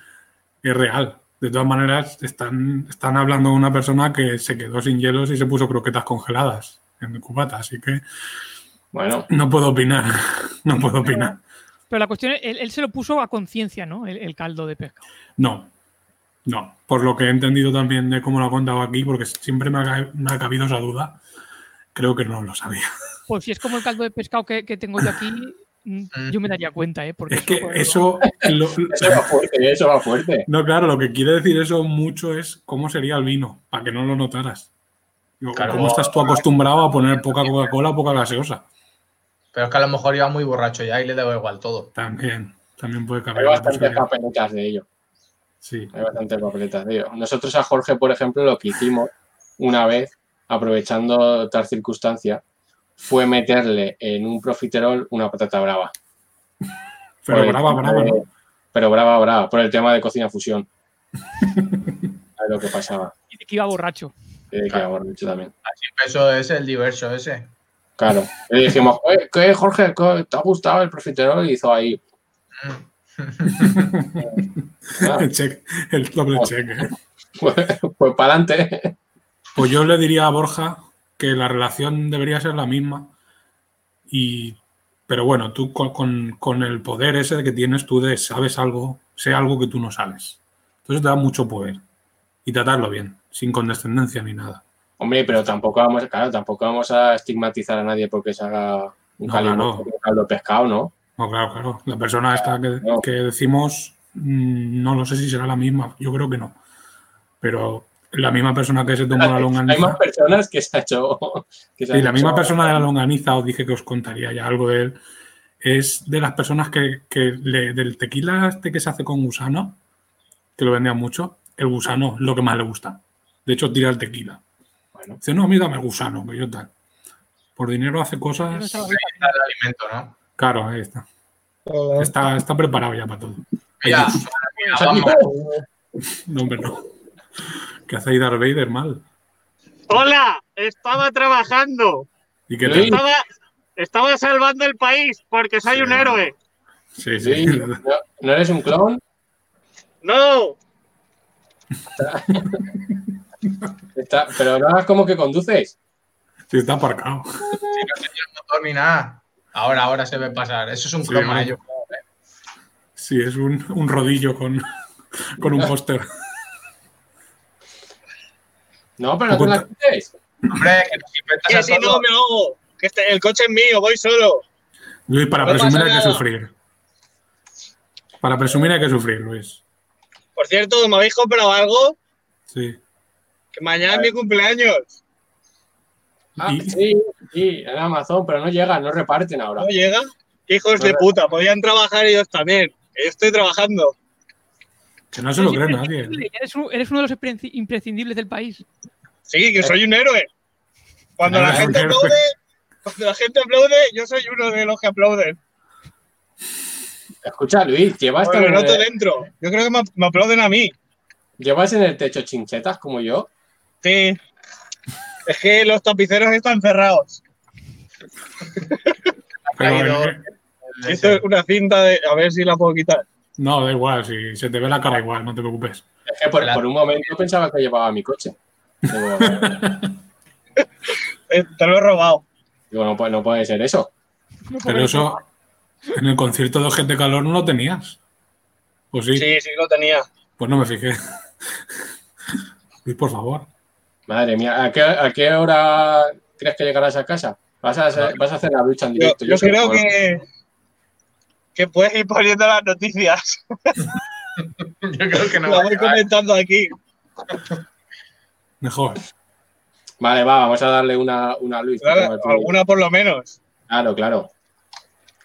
es real. De todas maneras, están, están hablando de una persona que se quedó sin hielos y se puso croquetas congeladas en cubata, así que
Bueno,
no puedo opinar, no puedo opinar.
Pero la cuestión es, él, él se lo puso a conciencia, ¿no? El, el caldo de pescado.
No, no. Por lo que he entendido también de cómo lo ha contado aquí, porque siempre me ha, ca- me ha cabido esa duda, creo que no lo sabía.
Pues si es como el caldo de pescado que, que tengo yo aquí, mm, yo me daría cuenta, ¿eh? Porque
Es que
cuando-
eso... lo-
eso va fuerte, eso va fuerte.
No, claro, lo que quiere decir eso mucho es cómo sería el vino, para que no lo notaras. Digo,
Claro.
¿Cómo estás tú acostumbrado a poner poca Coca-Cola, poca gaseosa?
Pero es que a lo mejor iba muy borracho ya y le daba igual todo.
También, también puede caber.
Hay
la
bastantes
posibilidad.
papeletas de ello.
Sí.
Hay bastantes papeletas de ello. Nosotros a Jorge, por ejemplo, lo que hicimos una vez, aprovechando tal circunstancia, fue meterle en un profiterol una patata brava.
Pero
Por el
brava,
tema
brava,
de-
¿no?
Pero brava, brava, por el tema de cocina fusión. es lo que pasaba.
y de que iba borracho.
eh, que
Claro.
habíamos dicho también.
Eso es el diverso ese.
Claro. Le dijimos, "Eh, ¿qué, Jorge? ¿Qué- ¿Te ha gustado el profiterol? Y hizo ahí. "Ah,
Mm.
El, check, el doble check. ¿eh?
pues para adelante.
Pues yo le diría a Borja que la relación debería ser la misma. Y, pero bueno, tú con, con- con el poder ese que tienes tú de sabes algo, sé algo que tú no sabes. Entonces te da mucho poder. Y tratarlo bien, sin condescendencia ni nada.
Hombre, pero tampoco vamos, claro, tampoco vamos a estigmatizar a nadie porque se haga un
No,
calimocho
claro.
con caldo de pescado, ¿no?
No, claro, claro. La persona esta que,
No.
que decimos, mm, no lo sé si será la misma. Yo creo que no. Pero la misma persona que se tomó la
Hay más
longaniza.
personas que se ha hecho. que se
Y
han
la misma
hecho-
persona de la longaniza, os dije que os contaría ya algo de él, es de las personas que, que le- del tequila este que se hace con gusano, que lo vendían mucho, el gusano es lo que más le gusta. De hecho, tira el tequila.
Bueno,
Dice, no, a mí dame el gusano, que yo tal. Por dinero hace cosas.
Eso es
Está el alimento, ¿no?
Claro, ahí está.
Hola.
Está, está preparado ya para todo.
Mira,
Ah,
vamos.
No, hombre, no. ¿Qué hace ahí Darth Vader mal?
Hola, estaba trabajando.
¿Y qué
Luis.
tal?
Estaba, estaba salvando el país porque soy
Sí.
un héroe.
Sí, sí.
Sí, ¿no, no eres un clon?
No,
Está- pero no hagas como que conduces.
Sí, está aparcado.
Si no tenía el motor ni nada. Ahora, ahora se ve pasar. Eso es un
Sí,
croma,
¿no?
eh, yo creo.
Sí, es un, un rodillo con, con un póster.
No, pero no te la quites.
Hombre, que nos inventas
que
a
si
todo.
no me ahogo. Que este- el coche es mío, voy solo.
Luis, para
No
presumir
pasa
hay que
nada.
sufrir. Para presumir hay que sufrir, Luis.
Por cierto, me habéis comprado algo
Sí.
que mañana es mi cumpleaños.
Ah,
Y-
sí, sí, en Amazon, pero no llegan, no reparten ahora.
¿No llega? Hijos de
Hola.
puta, podían trabajar ellos también. que Yo estoy trabajando.
Que no se lo cree nadie.
imprescindible, Eres, un- eres uno de los impre- imprescindibles del país.
Sí, que soy un héroe. Cuando la
Eres un
gente
héroe.
aplaude, cuando la gente aplaude, yo soy uno de los que aplauden.
Escucha, Luis, llevas,
Bueno,
tan-
lo noto dentro. Yo creo que me, me aplauden a mí.
llevas en el techo chinchetas como yo.
Sí. Es que los tapiceros están cerrados.
Pero,
Caído.
eh,
Ah,
Esto es una cinta de. A ver si la puedo quitar.
no, da igual. Si se te ve la cara igual, no te preocupes.
Es que por,
Hola.
por un momento pensaba que llevaba mi coche. Digo,
Eh, te lo he robado.
digo, no, puede, no puede ser eso.
No puedo
Pero eso en el concierto de Gente Calor no lo tenías. ¿O sí?
Sí, sí, lo tenía.
Pues no me fijé. Luis, por favor.
Madre mía, ¿a qué, a qué hora crees que llegarás a casa? ¿Vas a, hacer- vas a hacer la lucha en
Yo,
directo?
yo
sé-
creo
bueno,
que. Que puedes ir poniendo las noticias.
Yo creo que no va
Las
a
voy
llegar.
comentando aquí.
Mejor.
Vale, va, vamos a darle una, una a Luis. que
Claro,
tengo aquí.
alguna por lo menos.
Claro, claro.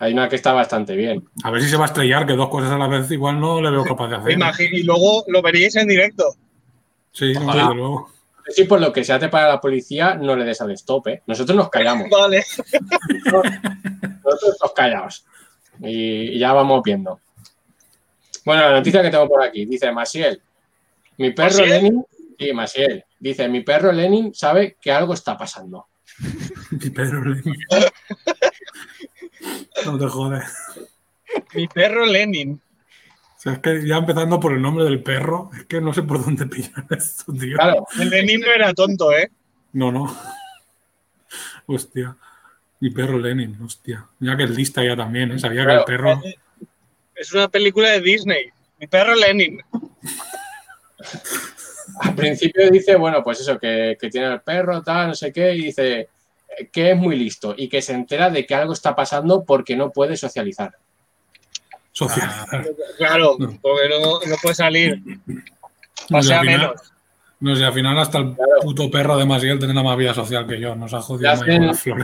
Hay una que está bastante bien.
A ver si se va a estrellar, que dos cosas a la vez igual no le veo capaz de
Me
hacer.
imagino. Y luego lo veríais en directo.
Sí, no,
Ojalá.
desde luego.
Sí, por lo que se hace para la policía, no le des al stop, ¿eh? Nosotros nos callamos.
Vale.
Nosotros nos callados. Y, y ya vamos viendo. Bueno, la noticia que tengo por aquí dice Masiel. Mi perro
¿Masiel?
Lenin. Sí, Masiel. Dice, mi perro Lenin sabe que algo está pasando.
Mi Pedro Lenin. No te jodes.
Mi perro Lenin.
O sea, es que ya empezando por el nombre del perro, es que no sé por dónde pillar esto, tío.
Claro,
El Lenin no era tonto, ¿eh?
No, no. Hostia. Mi perro Lenin, hostia. Mira que es lista ya también, ¿eh? Sabía
Claro.
que el perro.
Es una película de Disney. Mi perro Lenin.
al principio dice, bueno, pues eso, que, que tiene el perro, tal, no sé qué, y dice eh, que es muy listo y que se entera de que algo está pasando porque no puede socializar.
Socializar.
Claro,
No.
porque no, no puede salir.
No
O
sé, Pues
sea,
al final-
menos.
No sé, al final hasta el
Claro.
puto perro de Masiel tendrá más vida social que yo. Nos ha jodido
Ya
más
sé.
con la flor.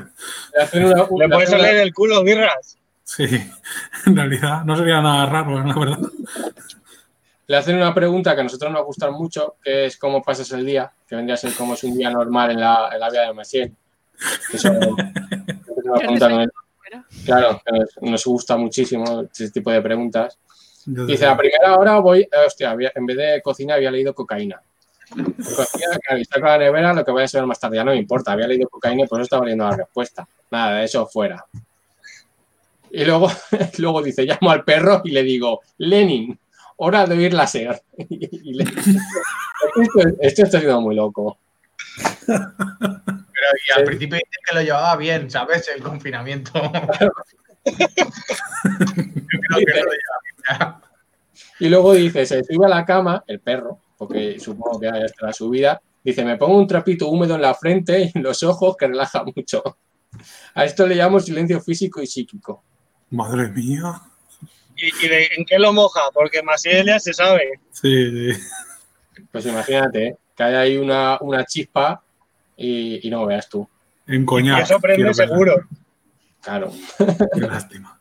Le hacen una-
Le
le
puede
hacen una-
salir el culo, birras.
Sí. En realidad no sería nada raro, la verdad.
le hacen una pregunta que a nosotros nos gusta mucho, que es cómo pasas el día, que vendría a ser cómo es un día normal en la, en la vida de Maciel. Eso es una pregunta que nos-
fuera.
claro, que nos- nos gusta muchísimo ese tipo de preguntas.
Yo
Dice, a primera hora voy, eh, hostia, había- en vez de cocina había leído cocaína. Cocina, claro, y saco la nevera, lo que voy a saber más tarde, ya no me importa, había leído cocaína y por eso estaba leyendo la respuesta. Nada, de eso fuera. Y luego, luego dice, llamo al perro y le digo, Lenin, hora de oír la SER. Y le- esto, esto está siendo muy loco.
Pero y al
Sí.
principio dices que lo llevaba bien, ¿sabes? El confinamiento. Yo creo que no lo llevaba
Y luego dice, se sube a la cama, el perro, porque supongo que ya está la subida, dice, me pongo un trapito húmedo en la frente y en los ojos que relaja mucho. A esto le llamo silencio físico y psíquico.
Madre mía.
¿Y, y de, en qué lo moja? Porque Maciel ya se sabe.
Sí, sí.
Pues imagínate, ¿eh? que hay ahí una, una chispa y, y no veas tú.
En coñac.
y eso prende
quiero pensar.
seguro.
Claro.
Qué lástima.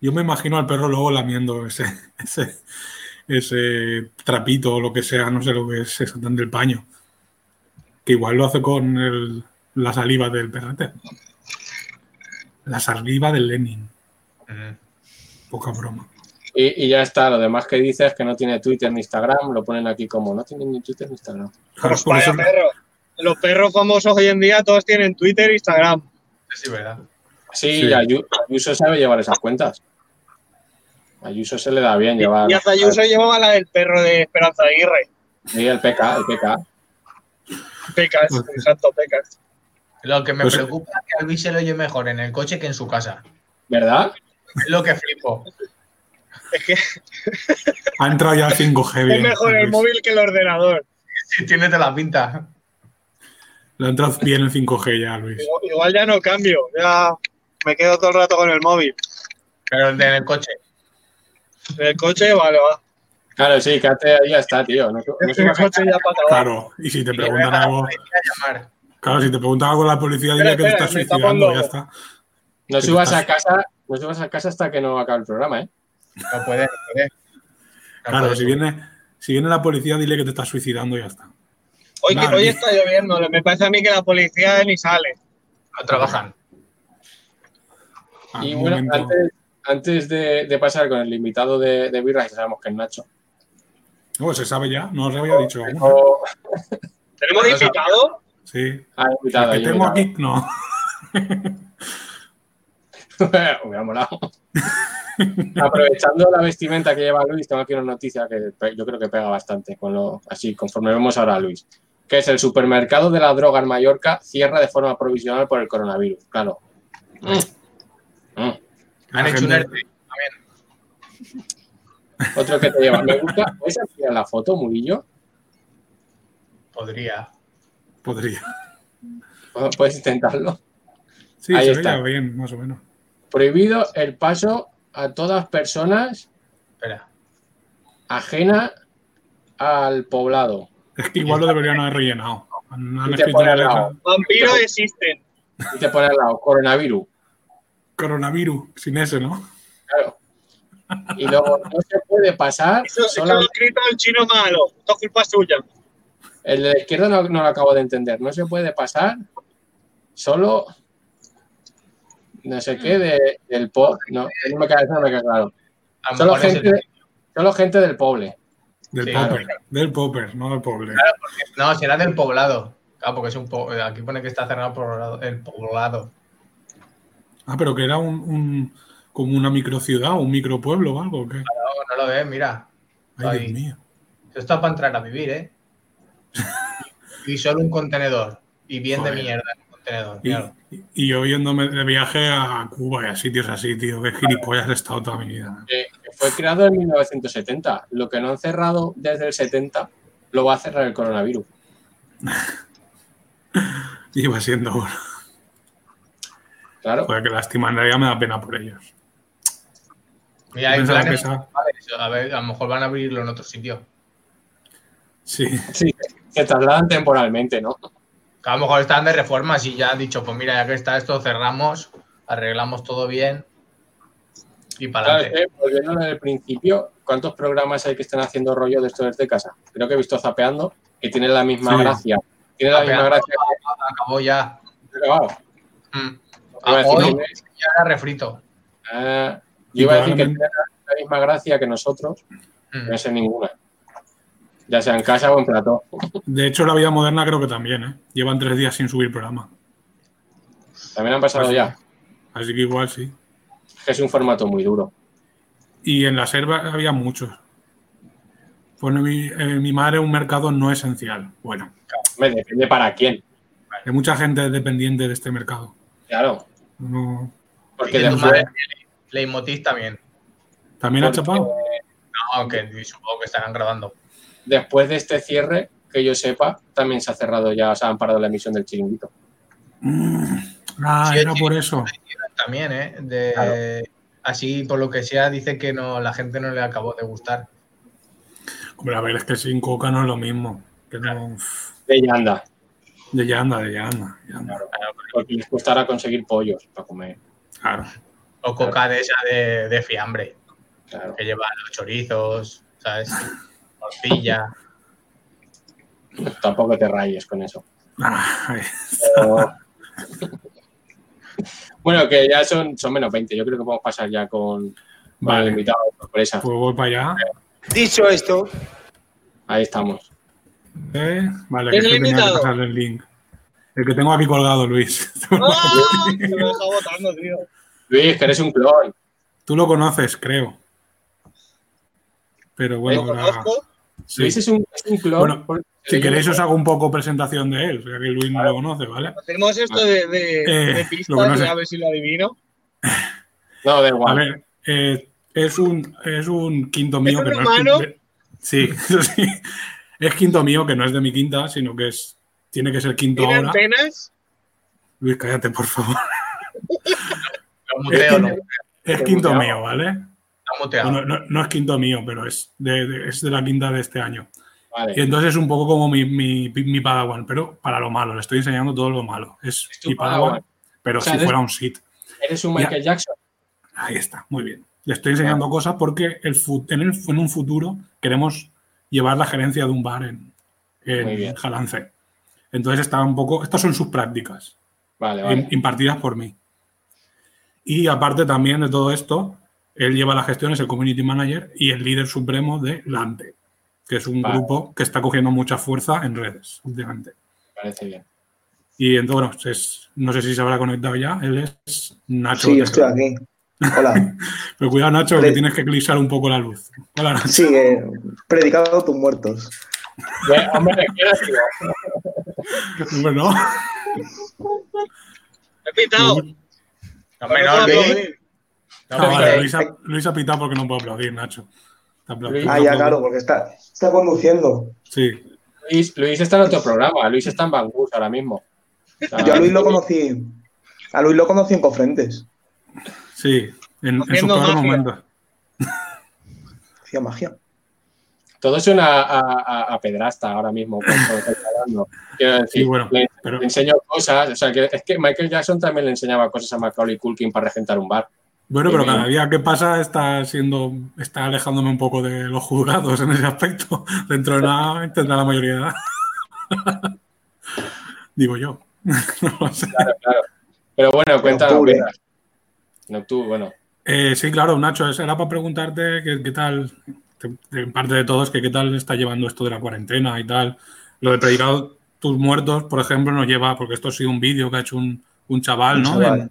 Yo me imagino al perro luego lamiendo ese, ese, ese trapito o lo que sea, no sé lo que es exactamente el paño. Que igual lo hace con el, la saliva del perrete. La saliva del Lenin.
Mm.
Poca broma.
Y, y ya está, lo demás que dices que no tiene Twitter ni Instagram, lo ponen aquí como no tiene ni Twitter ni Instagram.
Claro, por
Vaya
eso-
perro. Los perros famosos hoy en día todos tienen Twitter e Instagram.
Sí, verdad.
Sí,
Sí.
Ayu- Ayuso sabe llevar esas cuentas. Ayuso se le da bien llevar.
Y hasta Ayuso llevaba la del perro de Esperanza Aguirre.
Sí, el PK, el PK.
Pecas, exacto, pecas.
Lo que me
Pues-
preocupa es que a Luis se le oye mejor en el coche que en su casa.
¿Verdad?
Es lo que flipo.
Ha entrado ya el 5G.
Es
bien,
mejor el
Luis.
móvil que el ordenador.
Sí, tiene de la pinta.
Lo ha entrado bien el 5G ya, Luis.
Igual, igual ya no cambio, ya me quedo todo el rato con el móvil.
Pero en el coche.
En el coche, vale, va.
Claro, sí, Kate ahí ya está, tío. No, no se
En el
imagina-
coche ya para acabar.
Pues Claro, y si te
Y le voy a
preguntan algo,
llamar.
claro, si te preguntan algo la policía,
Espera,
dirá que te
espera,
estás
me tapo
suicidando,
un
ya
logo.
está.
no subas a casa, no subas a casa hasta que no acabe el programa, ¿eh?
No puede, no puede. No
Claro,
puede.
si viene, si viene la policía, dile que te estás suicidando y ya está.
Hoy, que-
Vale.
hoy está lloviendo, me parece a mí que la policía ni sale.
No trabajan.
Algún
Y bueno,
Ah, momento-
antes, antes de, de pasar con el invitado de, de Birra, que sabemos que es Nacho.
No, se sabe ya, no os lo había dicho aún.
o-
¿Tenemos
Bueno,
invitado?
Sí.
Ah, invitado.
que
hay
tengo
invitado.
aquí, no.
Hubiera molado. Aprovechando la vestimenta que lleva Luis, tengo aquí una noticia que pe- yo creo que pega bastante con lo así, conforme vemos ahora a Luis, que es el supermercado de la droga en Mallorca cierra de forma provisional por el coronavirus. Claro. Mm. Mm.
Han
La
hecho un
gente-
ERTE.
Otro que te lleva. Me gusta. ¿Puedes ampliar la foto, Murillo?
Podría.
Podría.
Puedes intentarlo.
Sí,
Ahí
se
está.
veía bien, más o menos.
Prohibido el paso a todas personas
Espera.
ajena al poblado.
Es que igual lo deberían haber rellenado. Han, han
Y te
escrito
pone
una
al
letra,
lado.
Vampiros existen.
Y te pone al lado, coronavirus.
Coronavirus, sin ese, ¿no?
Claro. Y luego no se puede pasar.
Eso, eso lo ha
sola-
escrito el chino malo. Esto es culpa suya.
El de la izquierda no, no lo acabo de entender. No se puede pasar solo no sé qué de- del po. No, no me queda, eso no me queda claro.
A lo
Solo
mejor es
gente,
el-
solo gente del poble.
Del
Sí,
popper. Del popper, no del pobre.
No, será del poblado. Claro, porque es un po- aquí pone que está cerrado por el poblado.
Ah, pero que era un, un- como una microciudad, un micropueblo o algo. ¿o qué?
No, no lo ves, mira.
Ay,
ahí.
Dios mío.
Esto está para entrar a vivir, ¿eh? Y solo un contenedor. Y bien de
Joder.
mierda el contenedor.
Y,
claro.
y yo yéndome de viaje a Cuba y a sitios así, tío. Qué gilipollas he estado toda mi vida.
eh, que fue creado en 1970. Lo que no han cerrado desde el 70 lo va a cerrar el coronavirus.
Iba siendo bueno.
Pues-
Claro.
Joder, qué lástima. En realidad me da pena por ellos.
Mira, hay
Yo pensaba que
planes.
esa-
A ver, a lo mejor van a abrirlo en otro sitio.
Sí,
Sí, se trasladan temporalmente, ¿no?
Que a lo mejor están de reformas y ya han dicho, pues mira, ya que está esto, cerramos, arreglamos todo bien y para
Claro, es
adelante.
que, volviendo al principio, ¿cuántos programas hay que están haciendo rollo de esto desde casa? Creo que he visto Zapeando, que tiene la misma
Sí.
gracia. Tiene la misma
Zapeando.
gracia que
Acabó ya.
he grabado.
Mm.
Iba a decir,
Hoy
no,
ya era refrito.
eh,
Y
yo iba a decir que tiene
probablemente-
la, la misma gracia que nosotros,
Mm.
no sé ninguna. Ya sea en casa o en plató.
de hecho la vida moderna creo que también, ¿eh? Llevan tres días sin subir programa.
También han pasado
Así-
Pues
ya.
Así que igual sí.
que Es un formato muy duro.
Y en la selva había muchos. Pone mi, eh, mi madre un mercado no esencial. Bueno,
Me depende para quién,
hay mucha gente dependiente de este mercado.
claro.
No-
Porque
Y tu
después-
madre tiene Leitmotiv también.
¿También ha
Porque-
chapado?
Aunque supongo que estarán grabando.
después de este cierre, que yo sepa, también se ha cerrado ya, o sea, han parado la emisión del chiringuito.
Mm, Ah,
Sí,
era
sí.
por eso.
También, ¿eh? De- Así, por lo que sea, dice que no, la gente no le acabó de gustar.
Hombre, a ver, es que sin coca no es lo mismo. Que no-
De ya anda.
De ya anda, de ya anda. ya anda.
porque les costará conseguir pollos para comer.
Claro.
O coca de esa de, de fiambre,
Claro.
que lleva los chorizos, ¿sabes? Tortilla.
Tampoco te rayes con eso.
Ah,
Pero, Bueno, que ya son, son menos 20. Yo creo que podemos pasar ya con, con el
Vale,
invitado de sorpresa.
pues voy para allá.
Dicho esto,
Ahí estamos.
Eh, Vale,
¿Es
que
el
tenía que
invitado?
pasarle el link. El que tengo aquí colgado, Luis.
¡ah! me lo deja votando, tío.
Luis, que eres un clon.
Tú lo conoces, creo. Pero bueno,
Lo
ahora-
conozco.
sí.
Luis es un, es un clon.
Bueno,
porque-
si queréis os hago un poco presentación de él, o sea que Luis no lo conoce, ¿vale?
Hacemos esto de, de,
Eh,
de
lo
pistas,
conoces.
a ver si lo adivino.
No, da
A
igual.
ver, eh, es, un, es un quinto mío
un
que no
humano?
es. quin- Sí, eso sí. Es quinto mío, que no es de mi quinta, sino que es. Tiene que ser quinto
¿Tiene
ahora.
antenas?
Luis, cállate, por favor.
Lo
Eh,
muteo, lo, lo
Es quinto mío, ¿vale?
muteo.
Bueno, no, no es quinto mío, pero es de, de- es de la quinta de este año.
Vale.
Y entonces es un poco como mi, mi, mi Padawan, pero para lo malo. Le estoy enseñando todo lo malo. Es,
Es tu
mi Padawan,
Padawan.
pero
O sea,
si
eres-
fuera un Sith.
Eres un Michael Jackson.
Ahí está, muy bien. Le estoy enseñando cosas porque el fu- en, el- en un futuro queremos llevar la gerencia de un bar en, en
Muy bien.
Jalance. Entonces está un poco. Estas son sus prácticas
Vale,
im-
vale.
impartidas por mí. Y aparte también de todo esto, él lleva las gestiones, el community manager y el líder supremo de Lante, que es un
Vale.
grupo que está cogiendo mucha fuerza en redes últimamente.
Me parece bien.
Y entonces, bueno, es- no sé si se habrá conectado ya, él es Nacho.
Sí,
de-
estoy aquí. Hola.
Pero cuidado, Nacho, que
Pre-
tienes que eclipsar un poco la luz. Hola, Nacho.
Sí, eh, predicado a tus muertos.
Ve, hombre, ¿qué eres, tío?
Bueno,
He pitado.
Hombre, no, Luis, no,
Ah, vale,
Luis,
Luis, ha, Luis ha pitado porque no puedo aplaudir, Nacho. Te aplaudo.
Ah, ya, claro, porque está, está conduciendo.
Sí,
Luis, Luis está en otro programa. Luis está en Bangus ahora mismo. O sea,
Yo a Luis lo conocí. A Luis lo conocí en Cofrentes.
sí, en, en sus
Haciendo
peores
magia.
momentos.
Hacía magia.
Todo suena a, a- a pedrasta ahora mismo. con todo lo que está hablando. Quiero decir,
Sí, bueno,
le,
pero
le enseño cosas. O sea, que es que Michael Jackson también le enseñaba cosas a Macaulay Culkin para regentar un bar.
Bueno,
Bien,
pero cada
bien.
día que pasa está siendo, está alejándome un poco de los juzgados en ese aspecto. Dentro de nada tendrá la mayoría de edad. Digo yo. No lo sé.
Pero bueno, cuéntanos.
octubre.
Vegas. En octubre, bueno.
Eh, sí, claro, Nacho, eso era para preguntarte qué, qué tal, de- de parte de todos, que qué tal está llevando esto de la cuarentena y tal. Lo de predicado tus muertos, por ejemplo, nos lleva, porque esto ha sido un vídeo que ha hecho un, un chaval,
Un
¿no?
chaval.
En-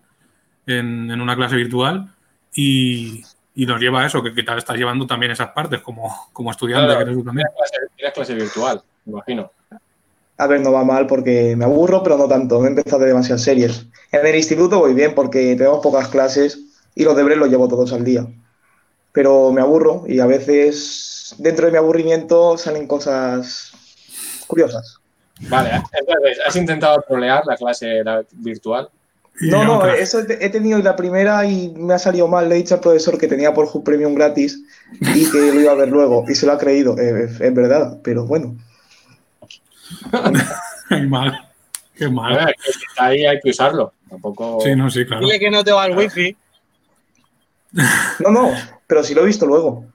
en, en una clase virtual y, y nos lleva a eso, que, que tal estás llevando también esas partes como, como estudiante
Claro.
que eres tú también.
Tienes clase, tienes clase virtual, me imagino.
A ver, no va mal porque me aburro, pero no tanto. No he empezado de demasiadas series. En el instituto voy bien porque tenemos pocas clases y los deberes los llevo todos al día. Pero me aburro y a veces dentro de mi aburrimiento salen cosas curiosas.
Vale, entonces, ¿has intentado trolear la clase la virtual?
Y
No, no,
otra.
eso he te- he tenido la primera y me ha salido mal. Le he dicho al profesor que tenía por Hub Premium gratis y que lo iba a ver luego. Y se lo ha creído, eh, es, es verdad, pero bueno.
Ay, mal. Qué
A
mal.
ver, que si está ahí hay que usarlo. Tampoco.
Ah. Sí, no, sí, claro.
Dile que no te va al wifi.
No, no, pero sí lo he visto luego.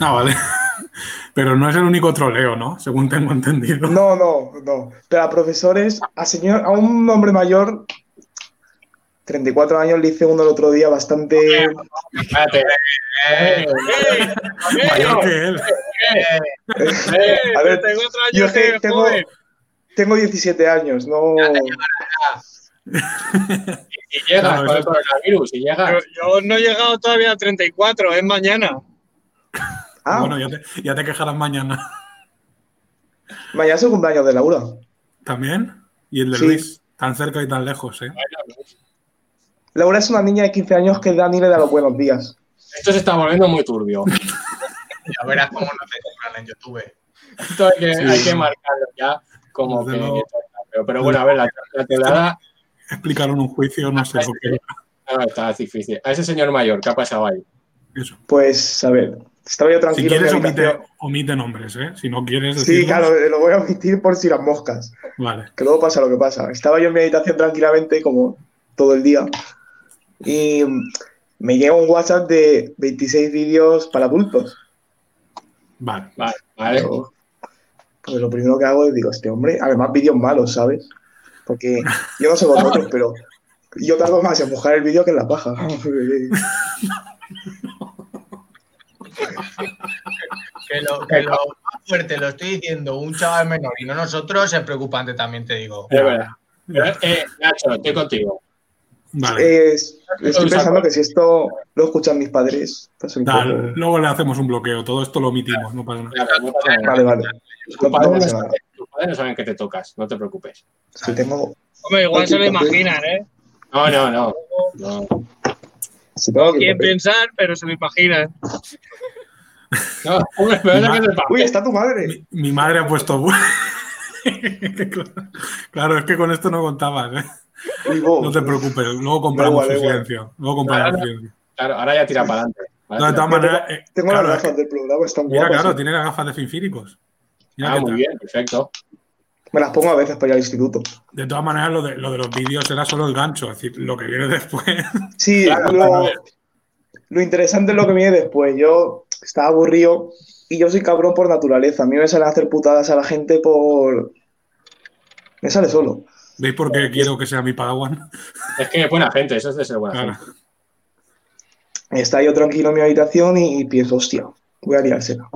Ah, vale. Pero no es el único troleo, ¿no? Según tengo entendido.
No, no, no. Pero a profesores, a, señor, a un hombre mayor, 34 años, le hice uno el otro día bastante.
Espérate.
¡Eh!
Eh,
Mayor que él.
eh,
¡Eh!
A ver,
tengo otro
Yo
año
es que
que
tengo,
joder.
tengo 17 años, no.
Si llegas
Claro,
con el
eso-
coronavirus,
Yo,
si llegas.
yo no he llegado todavía a 34, es mañana.
Ah,
Bueno, ya te, ya te quejarás mañana.
mañana es el cumpleaños de Laura.
¿También? Y el de
Sí.
Luis. Tan cerca y tan lejos, ¿eh?
Bueno,
Laura es una niña de 15 años que Dani le da los buenos días.
esto se está volviendo muy turbio.
ya verás cómo no te compran en YouTube.
Esto hay que,
Sí.
hay que marcarlo ya como
Desde
que.
luego.
Pero, pero bueno, a ver, la, la telada
Explicaron un juicio, no sé por qué.
no, está difícil. A ese señor mayor, ¿qué ha pasado ahí?
Eso.
Pues, a ver, estaba yo
Si
tranquilo. en mi
quieres, omite,
habitación.
omite nombres, ¿eh? Si no quieres decirlos,
Sí, claro, lo voy a omitir por si las moscas.
Vale.
que luego pasa lo que pasa. Estaba yo en mi habitación tranquilamente, como todo el día, y me llega un WhatsApp de 26 vídeos para adultos.
Vale.
Vale, vale.
Pero, Pues lo primero que hago es digo, este hombre, además vídeos malos, ¿sabes? Porque yo no sé vosotros, pero yo tardo más en mojar el vídeo que en la paja.
Que lo, que lo más fuerte lo estoy diciendo un chaval menor y no nosotros es preocupante también, te digo.
Es verdad. Eh, eh, Nacho, estoy contigo.
Eh,
Vale.
Es- estoy pensando que si esto lo escuchan mis padres, pues un
Tal,
poco-
luego le hacemos un bloqueo, todo esto lo omitimos, no pasa nada.
Claro, no pasa nada.
Vale, vale.
Tus padres no
No pasa
saben-
nada.
tus padres no saben que te tocas, no te preocupes.
Si tengo,
Hombre, igual se lo imaginan, ¿eh?
No, no, no. No,
si tengo que
Quieren pensar, pero se lo imaginan.
no hombre, me vas a quedar pa-
Uy, está tu madre.
Mi, mi madre ha puesto. bu- claro, claro, es que con esto no contabas, ¿eh?
Uy, vos.
No te preocupes, luego compramos
Da igual, da
su
igual.
silencio. Luego compramos su silencio.
Claro, ahora ya tira para adelante.
No, de todas maneras, eh,
Tengo
claro,
las
es que-
gafas del programa, están
mira,
guapas.
claro,
¿eh?
tiene las gafas de finfíricos. Mira
Ah,
qué
muy
tal.
bien, perfecto.
Me las pongo a veces para ir al instituto.
De todas maneras, lo de, lo de los vídeos era solo el gancho, es decir, lo que viene después.
Sí, lo, lo interesante es lo que viene después. Yo estaba aburrido y yo soy cabrón por naturaleza. A mí me salen a hacer putadas a la gente por. Me sale solo.
¿Veis por qué quiero que sea mi padawan?
Es que es buena gente, eso es de ser buena
Claro.
gente.
Estaba yo tranquilo en mi habitación y, y pienso, hostia, voy a liársela.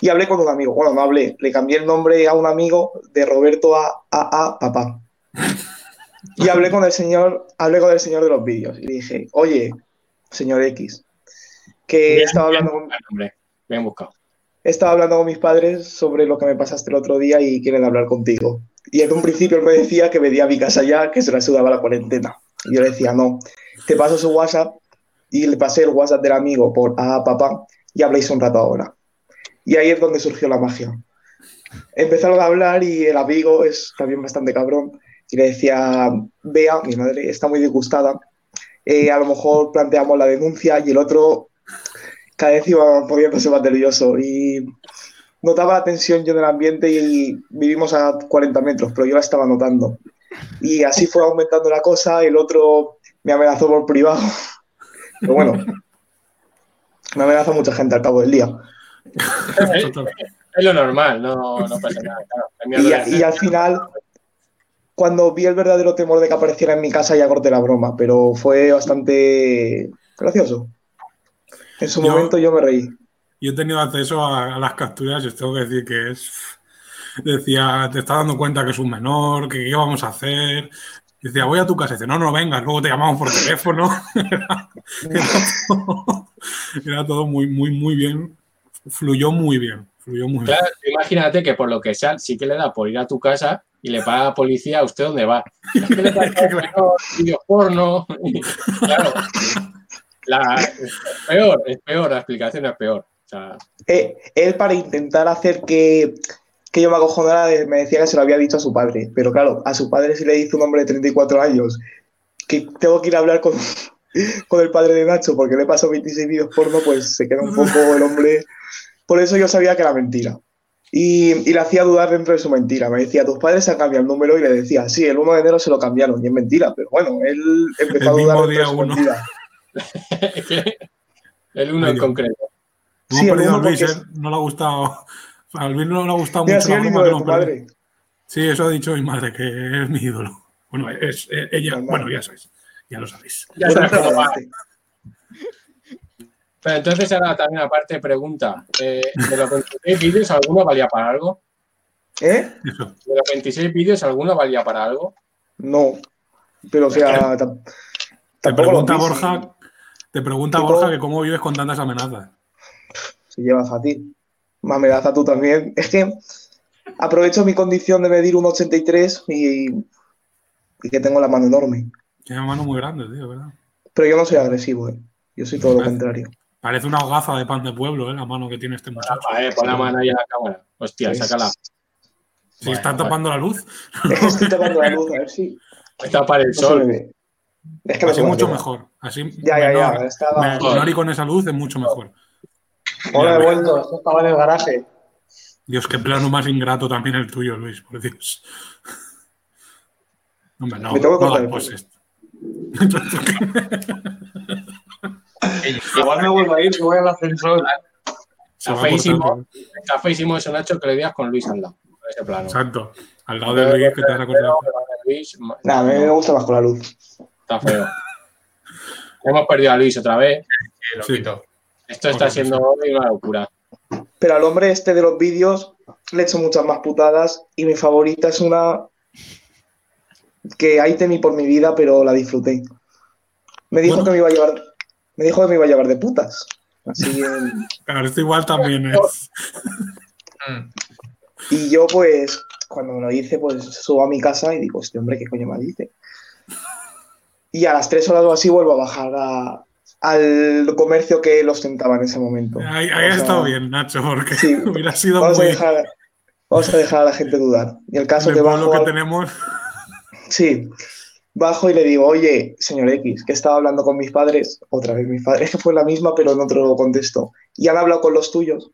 Y hablé con un amigo. Bueno, no hablé. Le cambié el nombre a un amigo de Roberto a a, a papá. Y hablé con el señor, hablé con el señor de los vídeos. Y le dije, oye, señor X, que
Bien,
estaba hablando con,
Buen nombre, bien buscado.
estaba hablando con mis padres sobre lo que me pasaste el otro día y quieren hablar contigo. Y en un principio él me decía que venía a mi casa ya, que se la sudaba la cuarentena. Y yo le decía, no, te paso su WhatsApp y le pasé el WhatsApp del amigo por a papá y habléis un rato ahora. Y ahí es donde surgió la magia. Empezaron a hablar y el amigo es también bastante cabrón. Y le decía, vea, mi madre está muy disgustada. eh, a lo mejor planteamos la denuncia y el otro cada vez iba poniéndose más nervioso y notaba la tensión yo del ambiente y vivimos a 40 metros, pero yo la estaba notando. Y así fue aumentando la cosa, el otro me amenazó por privado. Pero bueno, me amenaza mucha gente al cabo del día.
Es, es lo normal, no, no pasa nada. Claro. Es mi
Y, a- y al
adolescencia.
final, cuando vi el verdadero temor de que apareciera en mi casa, ya corté la broma, pero fue bastante gracioso. En su
Yo-
momento yo me reí.
Yo he tenido acceso a, a las capturas y os tengo que decir que es. Decía, te estás dando cuenta que es un menor, que qué vamos a hacer. Decía, voy a tu casa. Dice, no, no vengas, luego te llamamos por teléfono. Era, todo, era todo muy, muy, muy bien. Fluyó muy bien. Fluyó muy bien.
Claro, imagínate que por lo que sea, sí que le da por ir a tu casa y le paga a la policía a usted dónde va. Es que le paga vídeos porno. Claro. La- es peor, es peor, la explicación es peor. O sea,
Eh, él para intentar hacer que, que yo me acojonara eh, me decía que se lo había dicho a su padre, pero claro, a su padre sí le dice un hombre de 34 años que tengo que ir a hablar con, con el padre de Nacho porque le pasó 26 vídeos porno, pues se queda un poco el hombre... Por eso yo sabía que era mentira. Y, y le hacía dudar dentro de su mentira. Me decía, tus padres han cambiado el número y le decía, sí, el 1 de enero se lo cambiaron y es mentira, pero bueno, él empezó
El
a dudar
mismo
dentro
día
de su
uno.
mentira.
es que el uno en
Dios.
concreto.
Hemos
sí,
perdido a
alguno
Luis,
porque
¿eh? No le ha gustado. A Luis no le ha gustado
Mira,
mucho
sí,
la
el
broma
libro
que
de
hemos
tu
perdido.
madre.
Sí, eso ha dicho mi madre, que es mi ídolo. Bueno, es, es- ella,
Normal.
bueno, ya sabéis, ya lo sabéis.
Ya
Otra
sabes cómo va.
frase.
Pero entonces ahora también aparte pregunta, eh, de los 26 vídeos, ¿alguno valía para algo?
¿Eh?
Eso.
De los 26 vídeos, ¿alguno valía para algo?
No. Pero, o sea, tam-
Te
tampoco
pregunta
lo dicen.
Borja, te pregunta
Tampoco-
Borja que cómo vives con tantas amenazas.
Se lleva fácil. Más me das a tú también. Es que aprovecho mi condición de medir un 83 y, y que tengo la mano enorme.
Tiene mano muy grande, tío, ¿verdad?
Pero yo no soy agresivo, ¿eh? Yo soy todo lo contrario.
Parece una hogaza de pan de pueblo, ¿eh? La mano que tiene este muchacho.
A ver, pon la mano ahí a la cámara. Hostia, sácala.
Si está
Bueno,
tapando la luz,
Es que estoy tapando la luz, a ver si
Está para el
no se me
sol.
ve. Es que me
así
tomo la
mucho
tela.
mejor. Así
Ya, ya, ya.
menor,
Estaba...
menor y con esa luz es mucho mejor.
Hola, he vuelto. Esto estaba en el garaje.
Dios, qué plano más ingrato también el tuyo, Luis, por Dios. Hombre, no,
Me tengo que
no hagas
cortar el
poses.
Igual me vuelvo a ir, que voy al ascensor.
Se va a
feísimo.
cortar, tío.
Está feísimo eso, Nacho, que le digas con Luis al lado. Ese plano.
Exacto. Al lado de Luis que te vas a cortar.
Pero, Luis.
Nada, a mí me gusta más con la luz.
Está feo. Hemos perdido a Luis otra vez.
Sí, lo quito.
Esto está
Correcto.
siendo una locura.
Pero al hombre este de los vídeos le he hecho muchas más putadas y mi favorita es una que ahí temí por mi vida, pero la disfruté. Me dijo
Bueno.
que me iba a llevar, me dijo que me iba a llevar de putas. Así que-
Claro, esto igual también ¿eh? es.
Mm.
y yo pues cuando me lo dice, pues subo a mi casa y digo, este hombre, ¿qué coño me dice? Y a las tres horas o así vuelvo a bajar a- al comercio que lo ostentaba en ese momento.
Ahí, ahí
O
ha
sea,
estado bien, Nacho, porque
sí.
hubiera sido
Vamos a,
muy.
dejar, vamos a dejar a la gente dudar. Y el caso
el
que
pueblo
bajo,
que
al-
tenemos.
sí, bajo y le digo, oye, señor X, que estaba hablando con mis padres, otra vez mis padres, que fue la misma, pero en otro contexto. Y han hablado con los tuyos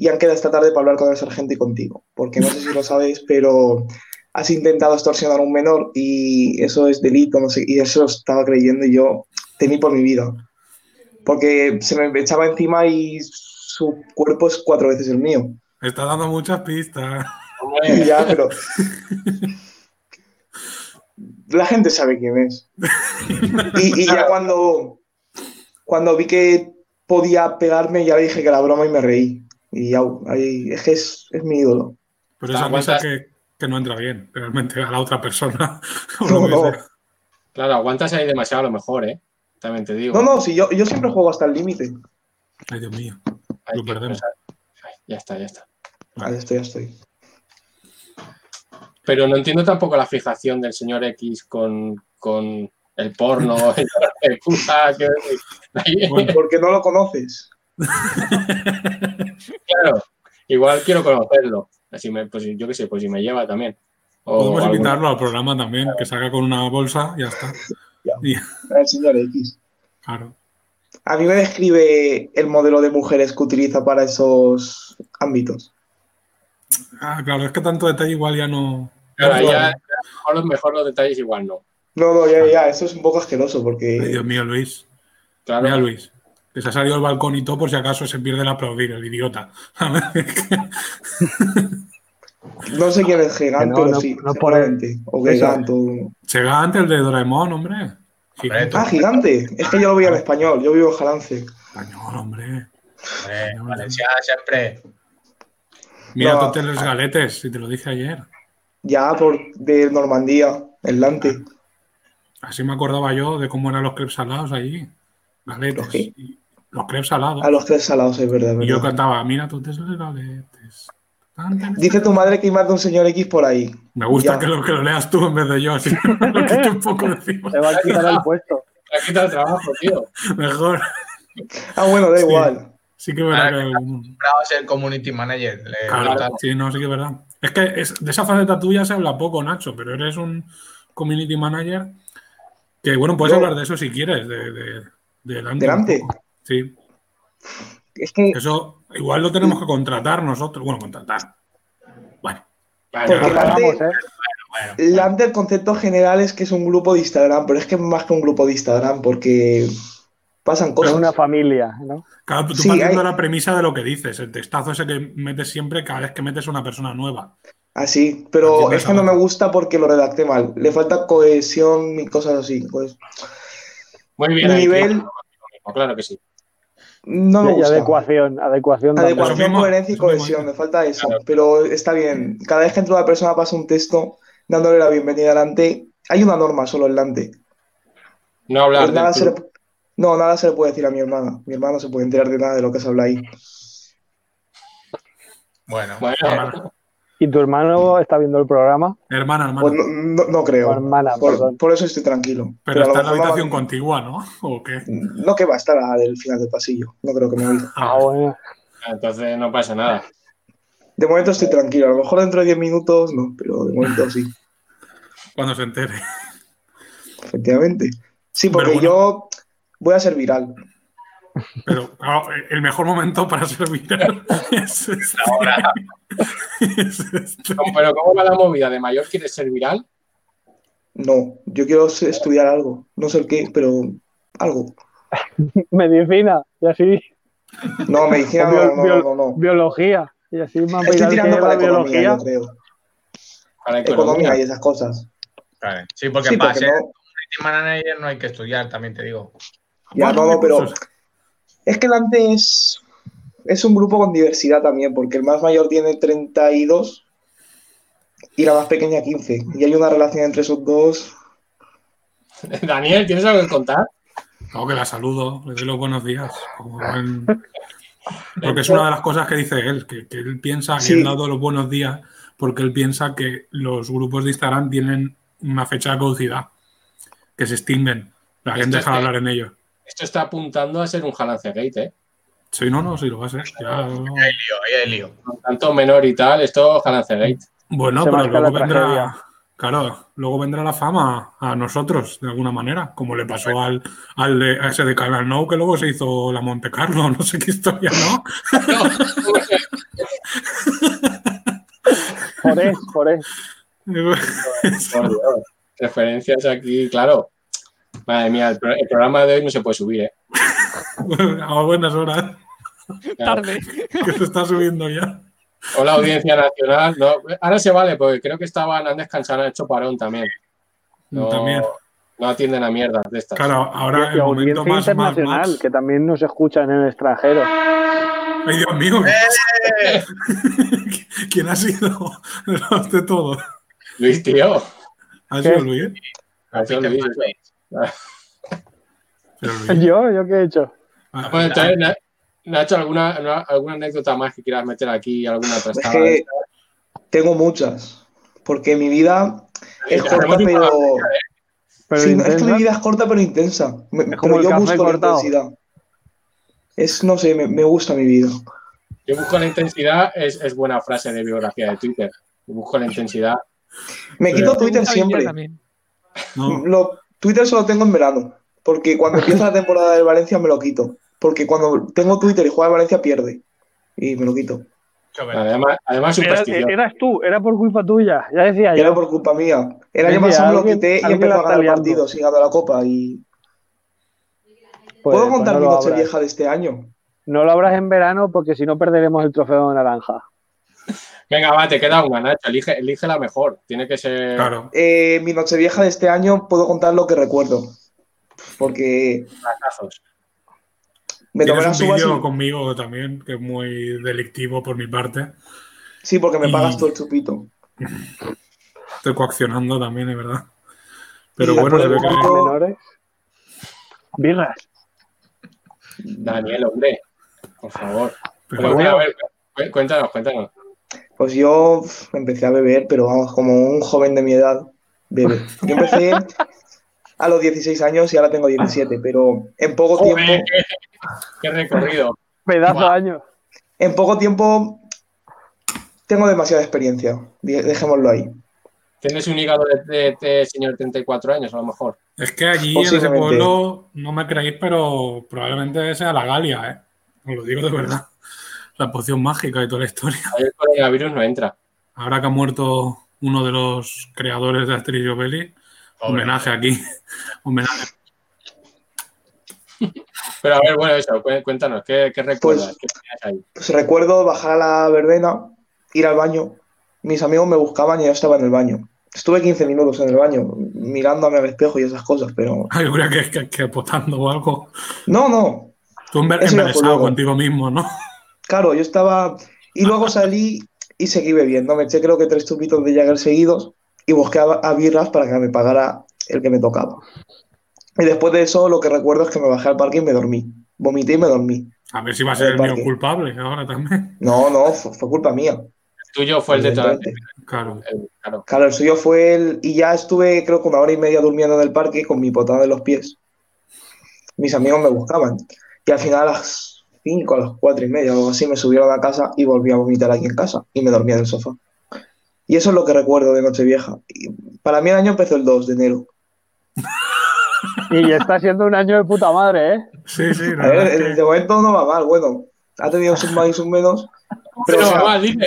y han quedado esta tarde para hablar con el sargento y contigo. Porque no sé si lo sabes, pero has intentado extorsionar a un menor y eso es delito, no sé, y eso estaba creyendo y yo temí por mi vida. Porque se me echaba encima y su cuerpo es cuatro veces el mío.
Me está dando muchas pistas.
Hombre,
Ya, pero. La gente sabe quién es. Y, y ya cuando, cuando vi que podía pegarme, ya le dije que era broma y me reí. Y ya, ahí, es que es, es mi ídolo.
¿Te
Pero
das
esa cosa
cuenta?
que, que no entra bien, realmente, a la otra persona. o lo
No,
que
no,
sea.
claro, aguantas ahí demasiado a lo mejor, ¿eh? También te digo.
no, no, si yo, yo siempre juego hasta el límite.
Ay, Dios mío.
Hay
lo
que
perdemos.
pensar. Ay, ya está, ya está.
Ahí estoy, ya estoy.
Pero no entiendo tampoco la fijación del señor X con, con el porno, el, el puta, quiero decir. Ahí,
Bueno,
Porque no lo conoces.
claro, igual quiero conocerlo. Así me, pues yo qué sé, pues si me lleva también. O
podemos
alguna-
invitarlo al programa también, que salga con una bolsa, ya está.
El señor X.
Claro.
A mí me describe el modelo de mujeres que utiliza para esos ámbitos.
Ah, claro, es que tanto detalle igual ya no.
Claro, ahí ya,
Bueno.
a lo mejor, los- mejor los detalles igual no.
No, no, ya, ya, eso es un poco asqueroso porque.
Ay, Dios mío, Luis.
Claro,
Mira, Luis. Que se ha salido al balcón y todo por si acaso se pierde el aplaudir, el idiota.
No sé quién es Gigant,
Que no,
pero
no-
sí,
no
seguramente. O
eso.
Gigant. o-
Llega antes el de Doraemon, hombre. Gigante.
Ah, Gigante. Es que yo lo veía en español, yo vivo en Jalance.
Español, hombre.
Hombre, Valencia siempre.
Mira,
No.
tócate los galetes, si te lo dije ayer.
Ya por de Normandía, el Lante.
Así me acordaba yo de cómo eran los crepes salados allí. Galetes.
¿Los qué?
Y- Los crepes salados.
A los tres salados, es verdad, es
Y yo
verdad.
cantaba, mira, tócate los galetes. Tócate los-
Dice tu madre que hay más de un señor X por ahí.
Me gusta
Ya.
que lo, que lo leas tú en vez de yo, así lo quito un poco de encima.
Te va a quitar el puesto.
te ha quitado el trabajo, tío.
Mejor.
Ah, bueno, da
Sí.
igual.
Sí que es verdad
Ah,
que hay algún-
Bravo es el community manager. Le
Claro,
gusta-
sí, no, sí que es verdad. Es que es- de esa faceta tuya se habla poco, Nacho, pero eres un community manager que, bueno, puedes
Yo-
hablar de eso si quieres, de, de, delante.
Delante.
Sí,
Es que
eso igual lo tenemos que contratar nosotros. Bueno, contratar. Bueno,
Vale, vale.
Porque la-
Vamos, ¿eh?
Bueno,
Lante, el concepto general es que es un grupo de Instagram, pero es que es más que un grupo de Instagram porque pasan
Es
cosas.
una familia, ¿no?
claro, tú
Sí,
partiendo
hay-
de la premisa de lo que dices, el textazo ese que metes siempre cada vez que metes a una persona nueva.
Así,
Entiendo
pero es
esa
que no me
parte.
gusta porque lo redacté mal. Le falta cohesión y cosas así. Pues,
Muy bien. ahí,
Nivel-
tío. Claro que sí.
no me
y, y
gusta.
adecuación, adecuación también.
Eso
Adecuación,
mismo,
coherencia y
eso mismo
cohesión,
digo.
me falta eso.
Claro.
Pero está bien. Cada vez que entra una persona pasa un texto dándole la bienvenida adelante. Hay una norma solo en Lante.
No hablar
Pues nada
del
se
club.
le- No, nada se le puede decir a mi hermana. Mi hermana no se puede enterar de nada de lo que se habla ahí.
bueno.
Bueno,
Hermana,
¿Y tu hermano está viendo el programa?
hermana, hermana.
Pues no, no- no
O
creo.
hermana,
Por,
perdón.
por eso estoy tranquilo.
pero
a lo
está en la
mejor no va-
habitación contigua, ¿no? ¿O qué?
No que va a estar a la del final del pasillo. No creo que me oiga.
Ah, bueno.
entonces no pasa nada.
De momento estoy tranquilo. A lo mejor dentro de 10 minutos no, pero de momento sí.
Cuando se entere.
Efectivamente. Sí,
Pero
porque
bueno.
yo voy a ser viral.
Pero claro, el mejor momento para ser viral es este. Ahora.
¿Cómo- Pero ¿cómo va la movida? ¿De mayor quieres ser viral?
No, yo quiero se- estudiar algo. No sé el qué, pero algo.
Medicina, y así.
No, medicina no, no, no, no, no.
Biología, y así más viral
Estoy
que
tirando
es
para
la
economía,
biología.
yo creo.
Para la
Economía
economía.
y esas cosas.
Vale. Sí, porque
Sí,
para
porque
ser
no-
community manager no hay que estudiar, también te digo.
Ya
Bueno, pues
no, pero
recursos.
es que el Dante es, es un grupo con diversidad también, porque el más mayor tiene 32 y la más pequeña 15. Y hay una relación entre esos dos.
Daniel, ¿tienes algo que contar?
Claro que la saludo, le doy los buenos días. como buen- Porque es una de las cosas que dice él, que, que él piensa que
Sí.
le han dado los buenos días porque él piensa que los grupos de Instagram tienen una fecha de caducidad, que se extinguen. La gente deja de hablar en ellos.
Esto está apuntando a ser un Jalance Gate, ¿eh?
Sí, no, no, sí lo va a ser. Ya, no.
Ahí hay lío, ahí hay lío.
Por tanto menor y tal, esto Jalance Gate.
Bueno,
Se
pero
marca
luego
la
vendrá,
tragedia.
claro, luego vendrá la fama a nosotros, de alguna manera, como le pasó al, al de- a ese de Canal No, que luego se hizo la Monte Carlo, no sé qué historia, ¿no?
Joré, joré.
Por Dios. Referencias aquí, claro. Madre mía, el, pro- el programa de hoy no se puede subir, ¿eh?
a buenas horas,
Claro.
Tarde.
que se está subiendo ya.
Hola, Audiencia Nacional. No, ahora se vale, porque creo que estaban, han descansado, han hecho parón también. No,
También.
no atienden a mierdas de estas.
Claro, ahora
y
el momento
audiencia
más, más,
internacional,
más.
que también nos escuchan en el extranjero.
Ay, Dios mío. ¿Quién ha sido? De todo.
Luis, tío.
¿Ha
¿Qué?
sido Luis?
Ha sido
Peter
Luis.
Pan,
Pero Luis.
¿Yo? ¿Yo qué he hecho?
Ah,
Bueno, entonces, Na- Nacho, ¿alguna, no- alguna anécdota más que quieras meter aquí? ¿Alguna
Es
trastada?
que tengo muchas, porque mi vida es
Tenemos
corta,
un
pero.
Pero
Sí, no, es que
intensa.
mi vida es corta, pero intensa. Me- pero
como el
yo
café
busco
cortado.
la intensidad. Es, no sé, me, me gusta mi vida.
Yo busco la intensidad, es, es buena frase de biografía de Twitter. Yo busco la intensidad.
Me quito Twitter
Habilidad
siempre.
también.
no.
Lo- Twitter solo tengo en verano, porque cuando empieza la temporada del Valencia me lo quito. Porque cuando tengo Twitter y juega el Valencia pierde. Y me lo quito.
Mucho ver.
Además, además
Era-
superstición.
eras tú, era por culpa tuya. Ah, Ya decía
Y era
yo.
por culpa mía. El año
Oye,
pasado me lo
alguien-
quité y
alguien
empezó
la
a
está
ganar
liando.
partidos y ganó la copa. Y...
Pues,
¿Puedo
pues
contar
no
mi
lo
noche
abras.
vieja de este año?
No lo abras en verano porque si no perderemos el trofeo de naranja.
Venga, va, te queda una, Nacho. Elige, elige la mejor. Tiene que ser.
Claro.
Eh, mi noche vieja de este año puedo contar lo que recuerdo. Porque
Lazos.
me tomé las
Tienes un
uvas
vídeo
y-
conmigo también, que es muy delictivo por mi parte.
Sí, porque me
y-
pagas tú el chupito.
Estoy coaccionando también, es verdad. Pero
Y la
bueno, se ve
podemos-
que...
Yo-
Menores. Birras.
Daniel, hombre. Por favor.
pero
Pero,
bueno,
a ver, cu- cuéntanos, cuéntanos.
Pues yo pf, empecé a beber, pero vamos, como un joven de mi edad bebe. Yo empecé a los 16 años y ahora tengo 17, pero en poco
Joder,
tiempo,
qué, qué recorrido.
Pedazo de
Buah.
año.
en poco tiempo tengo demasiada experiencia. Di- Dejémoslo ahí.
Tienes un hígado de, de- de señor 34 años, a lo mejor.
es que allí en ese
posiblemente.
pueblo, no me creéis, pero probablemente sea la Galia, ¿eh? Os lo digo de verdad. La poción mágica y toda la historia.
Ahí el coronavirus no entra.
Ahora que ha muerto uno de los creadores de Asterix y Obelix,
Pobre.
homenaje aquí. homenaje.
Pero a ver, bueno, eso, cu- cuéntanos, ¿qué, qué recuerdas? ¿Qué tenías ahí?
Pues recuerdo bajar a la verbena, ir al baño. Mis amigos me buscaban y yo estaba en el baño. Estuve 15 minutos en el baño, mirándome al espejo y esas cosas, pero...
Ay, hubiera que, que, que apostando o algo.
No, no,
Tú embe-
Eso ya fue
embelesado
luego.
contigo mismo, ¿no?
Claro, yo estaba. Y luego salí y seguí bebiendo. Me eché creo que tres chupitos de Jagger seguidos y busqué a, a birras para que me pagara el que me tocaba. Y después de eso, lo que recuerdo es que me bajé al parque y me dormí. Vomité y me dormí.
A ver si va a ser el
El
mío
parque.
culpable ahora también.
No, no, fu- fue, culpa mía.
El tuyo fue el detonante.
evidentemente.
Claro.
el- Claro.
Claro, el suyo fue el. Y ya estuve, creo que una hora y media durmiendo en el parque con mi potada en los pies. Mis amigos me buscaban. Y al final, a las 5, a las 4 y media o algo así, me subieron a casa y volví a vomitar aquí en casa. Y me dormí en el sofá. Y eso es lo que recuerdo de Nochevieja. Y para mí el año empezó el 2 de enero.
Y está siendo un año de puta madre, ¿eh?
Sí, sí, la
A
verdad
ver,
es que-
el de momento no va mal, bueno. Ha tenido sus más y sus menos. Pero,
Pero,
o sea,
mamá, dime,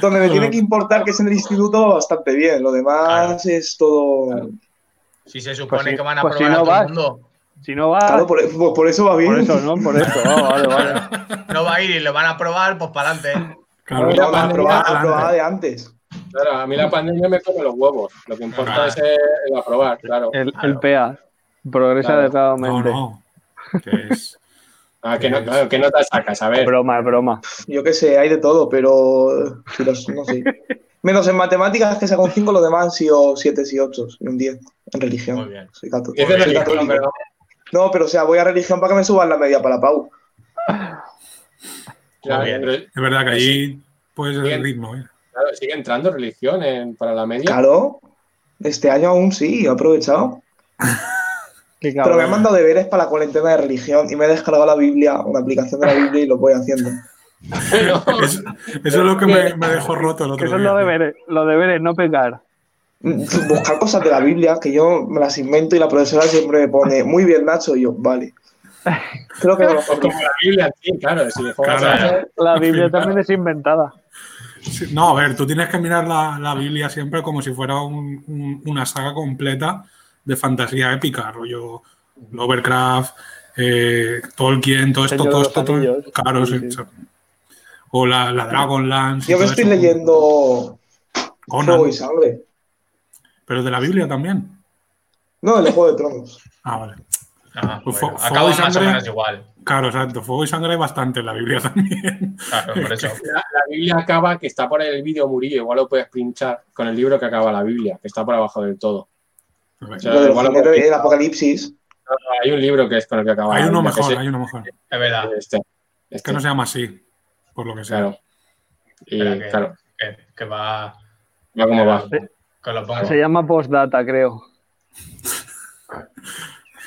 donde me tiene que importar, que es en el instituto, va bastante bien. Lo demás es todo.
Si se supone
Pues si-
que van a
pues si
probar
no
a todo
vas.
el mundo,
Si no va.
Claro, pues, por, por- por eso va bien.
Por eso, ¿no? Por eso. Ah, vale, vale.
no va a ir y lo van a probar, pues para adelante.
Claro,
No,
ya
la
para-
aprobada,
para
aprobada
adelante.
de antes.
Claro, a mí la pandemia me come los huevos. Lo que importa
Ah. Eh,
es eh, el aprobar, claro.
El, el PA. Progresa
Claro.
No,
adecuadamente.
no. Que es-
Ah,
eh,
que no, claro, que no te sacas, a ver.
Broma, es broma.
Yo qué sé, hay de todo, pero. pero no sé. Menos en matemáticas, que saco un 5, los demás han sido 7 y 8 y un 10 en religión.
Muy bien.
Soy católico.
eh,
Es de
Soy
religión,
católico.
pero
No, pero o sea, voy a religión para que me suban la media para Pau.
claro,
Muy bien.
pero,
es verdad que allí puedes
Bien.
el ritmo. ¿eh?
claro, sigue entrando religión en- para la media.
Claro, este año aún sí, he aprovechado.
Qué
Pero me
cabrón.
han mandado deberes para la cuarentena de religión y me he descargado la Biblia, una aplicación de la Biblia y lo voy haciendo.
Es- eso es lo que me, me dejó roto el
Que
otro
eso es
día.
lo deberes, los deberes, no pecar.
Mm, Buscar cosas de la Biblia que yo me las invento y la profesora siempre me pone, muy bien Nacho, y yo, vale. Creo que no lo
Es como la Biblia, sí, claro. Si le juegas
Claro.
a eso,
La Biblia también es inventada.
Sí, No, a ver, tú tienes que mirar la, la Biblia siempre como si fuera un- un- una saga completa de fantasía épica, rollo Lovecraft, eh, Tolkien, todo esto,
Señor
todo
de
esto,
los
todo-
Anillos.
claro, sí,
Sí, sí.
o sea, o la, la Dragonlance. y
Yo me
todo
estoy
eso.
leyendo
Conan,
Fuego y Sangre.
pero de la Biblia también.
No, el de Juego de Tronos.
Ah, vale.
Ah,
Pues
bueno,
fo- fuego
acaba
y
más o
sangre.
menos igual.
Claro, exacto. Fuego y sangre hay bastante en la Biblia también.
Claro, por eso.
la, la Biblia acaba, que está por el vídeo Murillo. Igual lo puedes pinchar con el libro que acaba la Biblia, que está por abajo del todo.
A ver,
O sea,
Lo de los
igual lo
jinetes
puedes
del Apocalipsis.
pinchar. Hay un libro que es con el que acaba
Hay
la
uno
Biblia, que
mejor,
es
hay uno mejor.
Es verdad.
este,
Es
este,
que no se llama así, por lo que sea.
claro. Y
Espera que-
claro,
Que, que va.
ya cómo va.
Que lo pongo.
Se llama postdata, creo.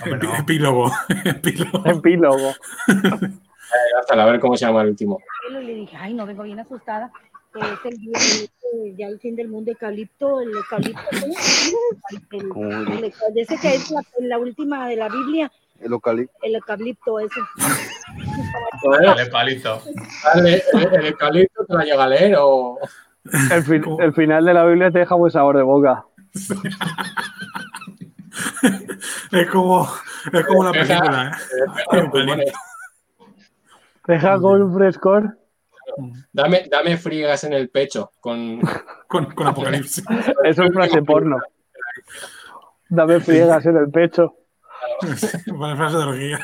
Hombre,
Epi-
no.
Epílogo. Epílogo.
Epílogo.
Hasta a ver cómo se llama el último.
Y le dije, ay, no, vengo bien asustada. que Es el día de- de- ya el fin del mundo, Eucalipto, el Eucalipto, ¿cómo se llama? el, el, el- ese que es la, la última de la Biblia,
El eucalipto.
el Eucalipto ese.
Vale, palito.
Dale, el, el eucalipto te la llega a leer o.
El, fin- el final de la Biblia te deja buen sabor de boca.
Es como, es como la película, ¿eh?
Te deja con un frescor.
Dame, dame friegas en el pecho con.
Con, con Apocalipsis.
Eso es frase porno. Dame friegas en el pecho.
Vale, frase de orgía.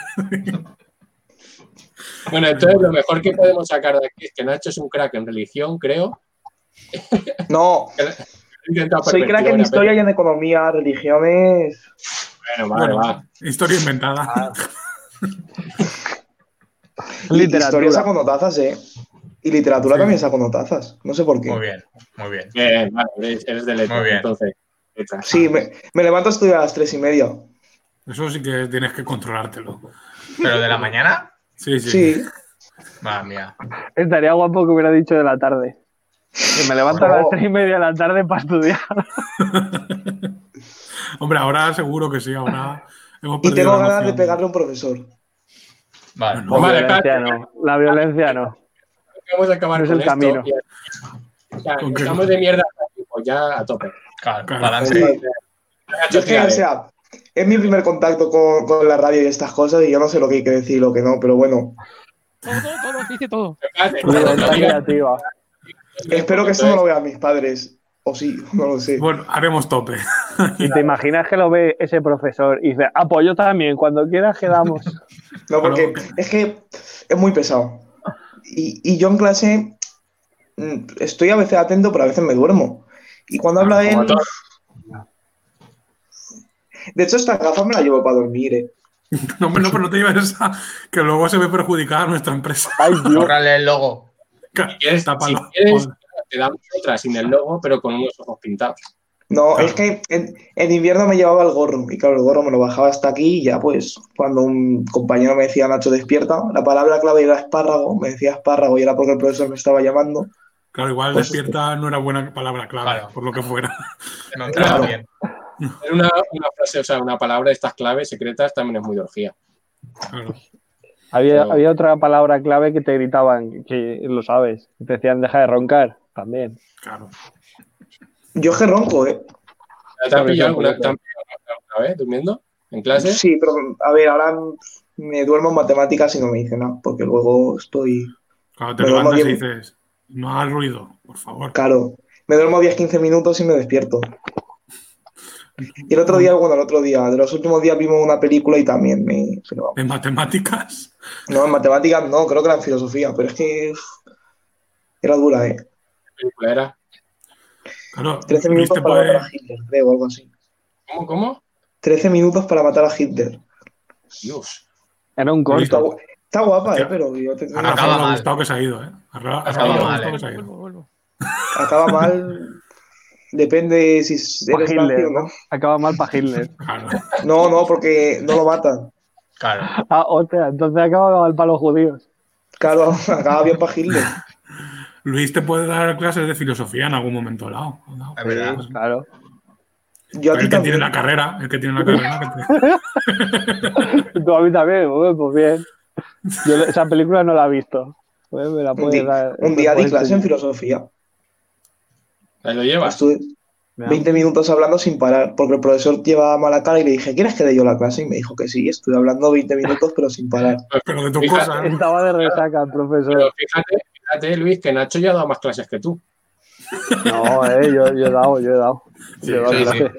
Bueno, entonces lo mejor que podemos sacar de aquí es que Nacho es un crack en religión, creo.
No,
Intenta
soy crack en
pervertir,
historia y en economía, religiones.
Bueno, vale,
Bueno,
va.
Historia inventada.
Historia
Literatura.
saco notazas, eh. Y literatura
Sí.
también saco notazas. No sé por qué.
Muy bien, muy bien.
Bien, vale, eres, eres de letras,
Muy bien.
entonces. letras.
Sí, me, me levanto a estudiar a las tres y media.
Eso sí que tienes que controlártelo.
¿Pero de la mañana?
Sí, sí.
Sí.
Madre mía.
Estaría guapo que hubiera dicho de la tarde. Que me levanto a las
Oh.
No.
tres y media de la tarde para estudiar.
Hombre, ahora seguro que sí, ahora hemos
Y
perdido
tengo
la
ganas de
noción.
pegarle a un profesor.
Vale.
No,
La
Vale,
violencia
espérate.
no. La violencia no.
Vamos a acabar
No es
con
el
esto.
camino.
O sea,
¿Con qué?
estamos de mierda, pues ya a tope.
Claro,
Claro.
para adelante.
Sí. Yo es que, o sea, es mi primer contacto con, con la radio y estas cosas y yo no sé lo que hay que decir y lo que no, pero bueno.
Todo, todo, todo, dice todo.
Espérate, no, no
Libertad
digas-
creativa.
Espero que esto no lo vean mis padres. O sí, no lo sé.
Bueno, haremos tope.
Y te imaginas que lo ve ese profesor y dice, ah, pues yo también, cuando quieras quedamos.
No, porque es que es muy pesado. Y, y yo en clase mm, estoy a veces atento, pero a veces me duermo. Y cuando habla
Como
él.
todo.
De hecho, esta gafa me la llevo para dormir. eh.
No, hombre, no, pero no te lleves esa, que luego se ve perjudicada nuestra empresa.
Ay, Dios.
Bórrale el logo.
Si quieres, si
Tápalo.
quieres, te damos otra sin el logo, pero con unos ojos pintados.
No,
Claro.
es que en, en invierno me llevaba el gorro. Y claro, el gorro me lo bajaba hasta aquí. Y ya, pues, cuando un compañero me decía Nacho, despierta, la palabra clave era espárrago. Me decía espárrago y era porque el profesor me estaba llamando.
Claro, igual
Pues-
despierta no era buena palabra clave,
Claro.
por lo que fuera.
No entraba
Claro.
bien.
Tener Una, una frase, o sea, una palabra de estas claves secretas también es muy de orgía.
Claro.
Había,
Pero-
había otra palabra clave que te gritaban, que lo sabes. Te decían, deja de roncar, también.
Claro.
Yo es que ronco, ¿eh?
¿Te han pillado
Claro, claro,
alguna,
claro.
te han pillado alguna vez durmiendo en clase?
Sí, pero a ver, ahora me duermo en matemáticas y no me dice nada, porque luego estoy
Cuando te
Pero
levantas y
vamos
dices, no hagas ruido, por favor.
caro. me duermo 10-15 minutos y me despierto. Y el otro día, bueno, el otro día, de los últimos días vimos una película y también me... pero vamos.
¿En matemáticas?
No, en matemáticas no, creo que era en filosofía, pero es que uf, era dura, ¿eh?
película era?
Claro,
13 minutos
¿viste
para
por,
matar a Hitler, creo, o algo así.
¿Cómo? ¿Cómo?
13 minutos para matar a Hitler.
Dios.
Era un
Está,
corto.
gu- está guapa, ¿eh?
Hostia.
Pero yo te-
a Rafa
Acaba
le ha
mal.
gustado que se ha ido, ¿eh? A Ra- a Rafa
Acaba
le ha
mal,
gustado
¿eh?
que se ha ido.
Vuelvo, vuelvo.
acaba mal. Depende si
Pa'
eres nazi
Hitler,
o no.
Acaba mal para Hitler.
Claro.
No, no, porque no lo matan.
Claro.
Ah, hostia, entonces acaba mal para los judíos.
Claro, acaba bien para Hitler.
Luis te puede dar clases de filosofía en algún momento dado. ¿no?
Es verdad.
Claro.
Yo a ti
El que este tiene
también.
la carrera, el que tiene la carrera. que te-
Tú a mí también, hombre, pues bien. Yo le- esa película no la he visto. Pues me la
Un,
puedes
día,
dar.
un
me
día di
puedes
clase en
enseñar.
filosofía.
Ahí lo llevas.
Estuve
Me da-
20 minutos hablando sin parar, porque el profesor llevaba mala cara y le dije, ¿quieres que dé yo la clase? Y me dijo que sí, estuve hablando 20 minutos pero sin parar.
Pero de tus
Fíjate.
cosas. ¿no?
Estaba de resaca el
Pero
profesor.
fíjate, fíjate, Luis, que Nacho ya ha dado más clases que tú.
No, eh, yo, yo he dado, yo he dado. Yo he dado
sí, sí.
clase.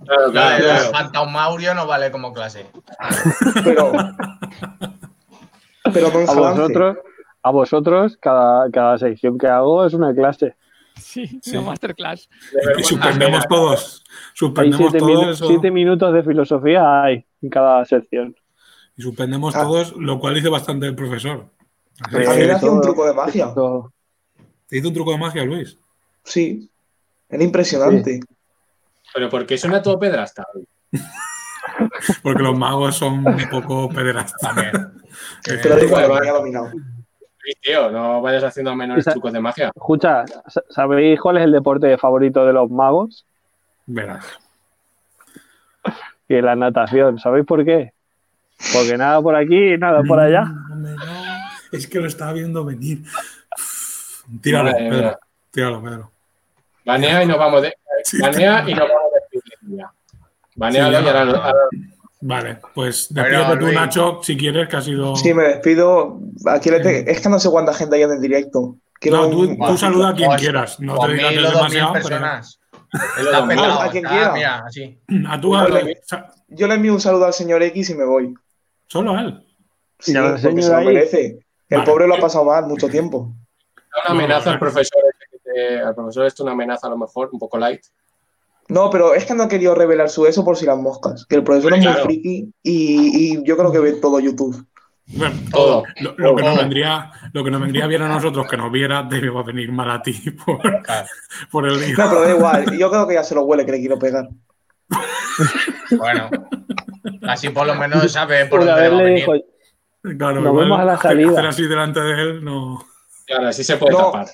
Claro,
Lo de los fantasmaurio no vale como clase.
Pero, pero no en
A
Jalance.
vosotros, a vosotros cada, cada sección que hago es una clase.
Sí,
Sí.
una masterclass.
Y suspendemos todos.
Hay
Suspendemos
siete,
todos.
minu-
eso.
siete minutos de filosofía hay en cada sección.
Y suspendemos
Ah.
todos, lo cual dice bastante el profesor. Así
Sí.
A mí
que-
me hacía un
Eh, todo.
truco de magia.
Todo.
Te hizo un truco de magia, Luis.
Sí, era impresionante.
Pero porque suena todo pedrasta.
Porque los magos son un poco pederastas.
Que-
Pero digo,
Bueno,
lo
vale.
había dominado.
Luis, tío, no vayas haciendo menores
Esa-
trucos de magia.
Escucha, sa- ¿sabéis cuál es el deporte favorito de los magos?
Verás.
Que la natación. ¿Sabéis por qué? Porque nada por aquí, nada por allá.
Hombre, no. Es que lo estaba viendo venir. Tíralo,
Madre
Pedro.
mía.
Tíralo, Pedro.
Banea y nos vamos de.
Sí.
Banea y nos vamos de ya. Banealo
Sí,
y ahora, ahora-
Vale, pues
Bueno,
despídete tú,
Luis.
Nacho, si quieres, que ha sido.
Sí, me despido. Aquí le te- Es que no sé cuánta gente hay en el directo. Quiero
No, tú,
un-
tú saluda a quien
Pues,
quieras. No te digas que es
1.000 o 2.000
demasiado,
personas. Está
Ah,
petado.
¿a quién
está,
quiera?
mira, así.
pero. A tú, a-
Vale.
sa-
Yo le envío un saludo al señor X y me voy.
solo a él.
Sí,
Ya lo
porque se
señor
lo
ahí.
merece. El
Vale.
pobre lo ha pasado mal mucho tiempo.
una amenaza al profesor. eh, al profesor esto una amenaza a lo mejor, un poco light.
No, pero es que no he querido revelar su eso por si las moscas. Que el profesor es muy
Claro.
friki y, y yo creo que ve todo YouTube.
Bueno,
Todo.
Lo, lo que nos
Todo.
vendría, lo que nos vendría bien a nosotros que nos viera, te iba a venir mal a ti por,
Claro.
por el
No,
día.
pero da igual. Yo creo que ya se lo huele que le quiero pegar.
Bueno. Así por lo menos sabe por
Por
dónde va a
haberle
venir.
dijo,
Claro,
Nos vemos a la
hacer-
salida.
hacer así delante de él no.
Claro, así se puede
No.
tapar.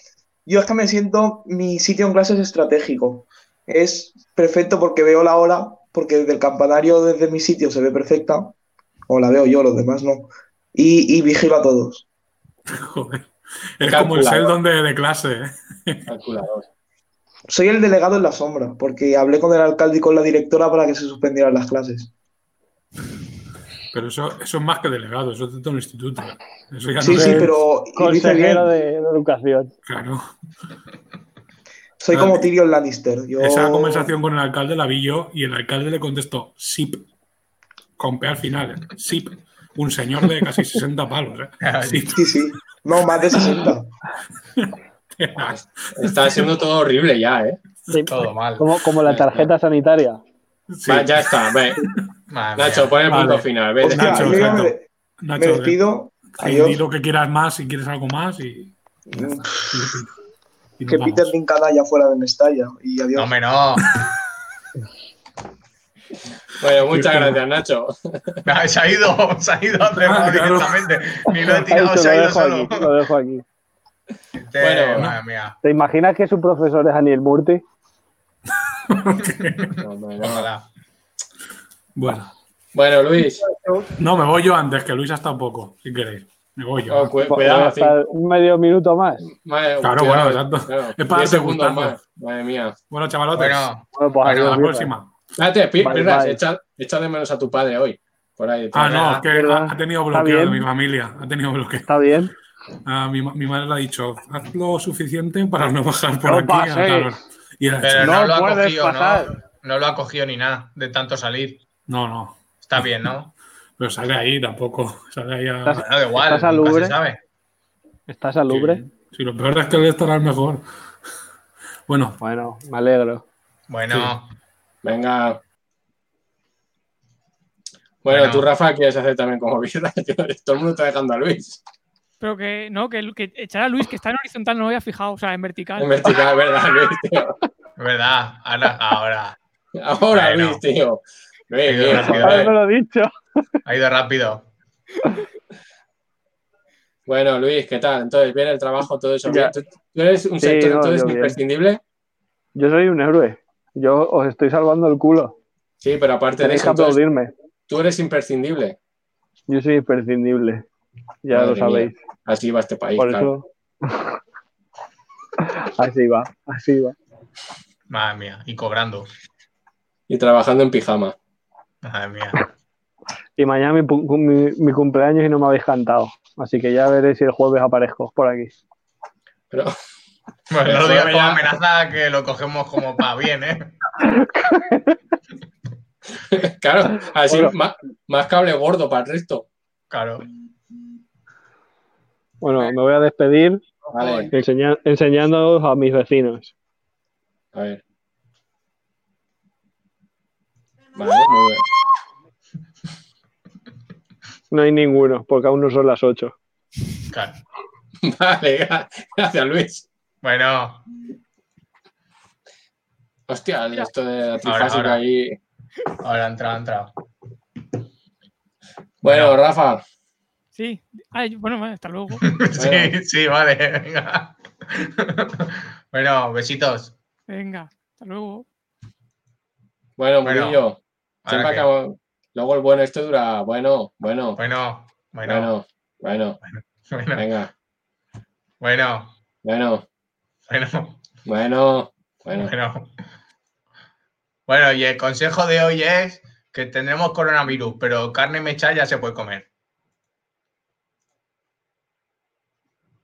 Yo es que me siento, mi sitio en clase es estratégico. Es perfecto porque veo la hora, porque desde el campanario, desde mi sitio, se ve perfecta. O la veo yo, los demás no. Y, y vigilo a todos.
Joder. Es como el Sheldon de, de clase. ¿eh?
Calculador.
Soy el delegado en la sombra, porque hablé con el alcalde y con la directora para que se suspendieran las clases.
Pero eso, eso es más que delegado, eso es de todo el instituto. Eso ya
Sí,
no
sí,
es-
pero y lo hice bien.
consejero de, de educación.
Claro.
Soy como Tyrion Lannister. Yo...
Esa conversación con el alcalde la vi yo y el alcalde le contestó SIP. Con P al final. ¿eh? SIP. Un señor de casi 60 palos. ¿eh? SIP.
Sí, sí. No, más de 60.
Está siendo todo horrible ya, ¿eh?
Sí,
Todo mal.
como, como la tarjeta sanitaria.
Sí.
Va, ya está. Ve.
Madre
Nacho,
mía.
pon el punto
Vale.
final. Ve,
Hostia,
Pues Nacho,
yo ya me,
exacto.
me
Nacho,
despido.
di-
Adiós.
di lo que quieras más, si quieres algo más. Y, y nos
Que
vamos.
Peter Lincada ya fuera de Mestalla. Y
No,
adiós.
hombre, no.
Bueno, muchas gracias, Nacho.
No, Se ha ido, se ha ido a
Ah,
Tremor
claro.
directamente. Ni lo he tirado,
Esto
se
lo
ha ido
dejo
solo.
aquí, lo dejo aquí.
Te-
Bueno.
madre mía.
¿Te imaginas que su profesor es Aniel Murti?
No, no, no.
Ojalá.
Bueno.
Bueno, Luis,
No, me voy yo antes, que Luis hasta poco, si queréis. Me voy yo.
oh, cu-
Voy a
cuidado. en fin.
Pues estar medio minuto más.
Madre-
Claro,
cuidado,
bueno, exacto.
claro.
Es para
Diez segundos
preguntarlo.
más. Madre mía.
Bueno, chavalotes.
Bueno,
Bueno, pues
hasta
adiós,
la
mierda.
próxima.
Espérate, pi-
Bye,
Pirras,
bye.
Echa, echa de menos a tu padre hoy. Por ahí.
Ah,
tío.
no, es que
¿verdad?
ha tenido
Está
bloqueo de
bien.
mi familia. Ha tenido bloqueo.
Está bien.
Ah, mi, ma- mi madre le ha dicho, haz lo suficiente para no bajar por
No
aquí.
paséis.
Ah, claro. Y él ha
Pero
dicho,
no, lo ha
puedes
cogido,
pasar".
¿no? No lo ha cogido ni nada de tanto salir.
No, no.
Está bien, ¿no?
Pero sale ahí tampoco. Sale ahí a...
Bueno, da igual,
¿Estás
nunca
salubre?
se sabe.
¿Estás salubre?
Sí, lo peor es que él estará el mejor. Bueno,
Bueno, me alegro.
Bueno,
Venga. Bueno,
Bueno.
tú, Rafa, quieres hacer también como vida. Todo el mundo está dejando a Luis.
Pero que no, que, que echar a Luis, que está en horizontal, no lo había fijado, o sea, en vertical.
En vertical, ¿verdad, Luis, tío?
es verdad. Ahora, ahora.
Ahora,
Bueno.
Luis, tío. Luis,
Qué
Luis,
gracioso.
joder.
me lo he dicho.
Ha ido rápido.
Bueno, Luis, ¿qué tal? Entonces, bien el trabajo, todo eso.
Ya.
bien? ¿Tú, tú eres un
Sí,
sector
no,
entonces
yo bien.
imprescindible?
Yo soy un héroe. Yo os estoy salvando el culo.
Sí, pero aparte de
Tenéis
eso,
que
entonces,
aplaudirme.
tú eres imprescindible.
Yo soy imprescindible. Ya
Madre
lo sabéis.
Así va este país,
Por
claro.
eso. así va, así va.
Madre mía. Y cobrando.
Y trabajando en pijama.
Madre mía.
Y mañana mi, pu- mi- mi cumpleaños y no me habéis cantado. Así que ya veré si el jueves aparezco por aquí.
Pero,
Bueno, no lo
Eso
digas
me
como
llama-
amenaza que lo cogemos como para bien, ¿eh?
claro, así
Bueno.
más, más cable gordo para el resto.
Claro.
Bueno, me voy a despedir
Vale,
enseña- enseñándoos a mis vecinos.
a ver. Vale, muy bien.
No hay ninguno, porque aún no son las 8.
claro.
Vale, gra- gracias, Luis.
Bueno,
Hostia, esto de la
ahora.
trifásica ahí.
ahora ha entrado, ha entrado.
Bueno, Rafa,
Sí. Ah, yo- bueno, vale, hasta luego.
Sí, sí, vale, venga. Bueno, besitos.
Venga, hasta luego.
bueno,
Bueno,
Murillo.
Ahora
siempre
que-
acabo- Luego el bueno, esto dura. Bueno, bueno,
Bueno, bueno,
bueno, bueno,
bueno,
venga,
bueno,
bueno,
bueno,
bueno, bueno.
bueno. Bueno, y el consejo de hoy es que tendremos coronavirus, pero carne mechada ya se puede comer.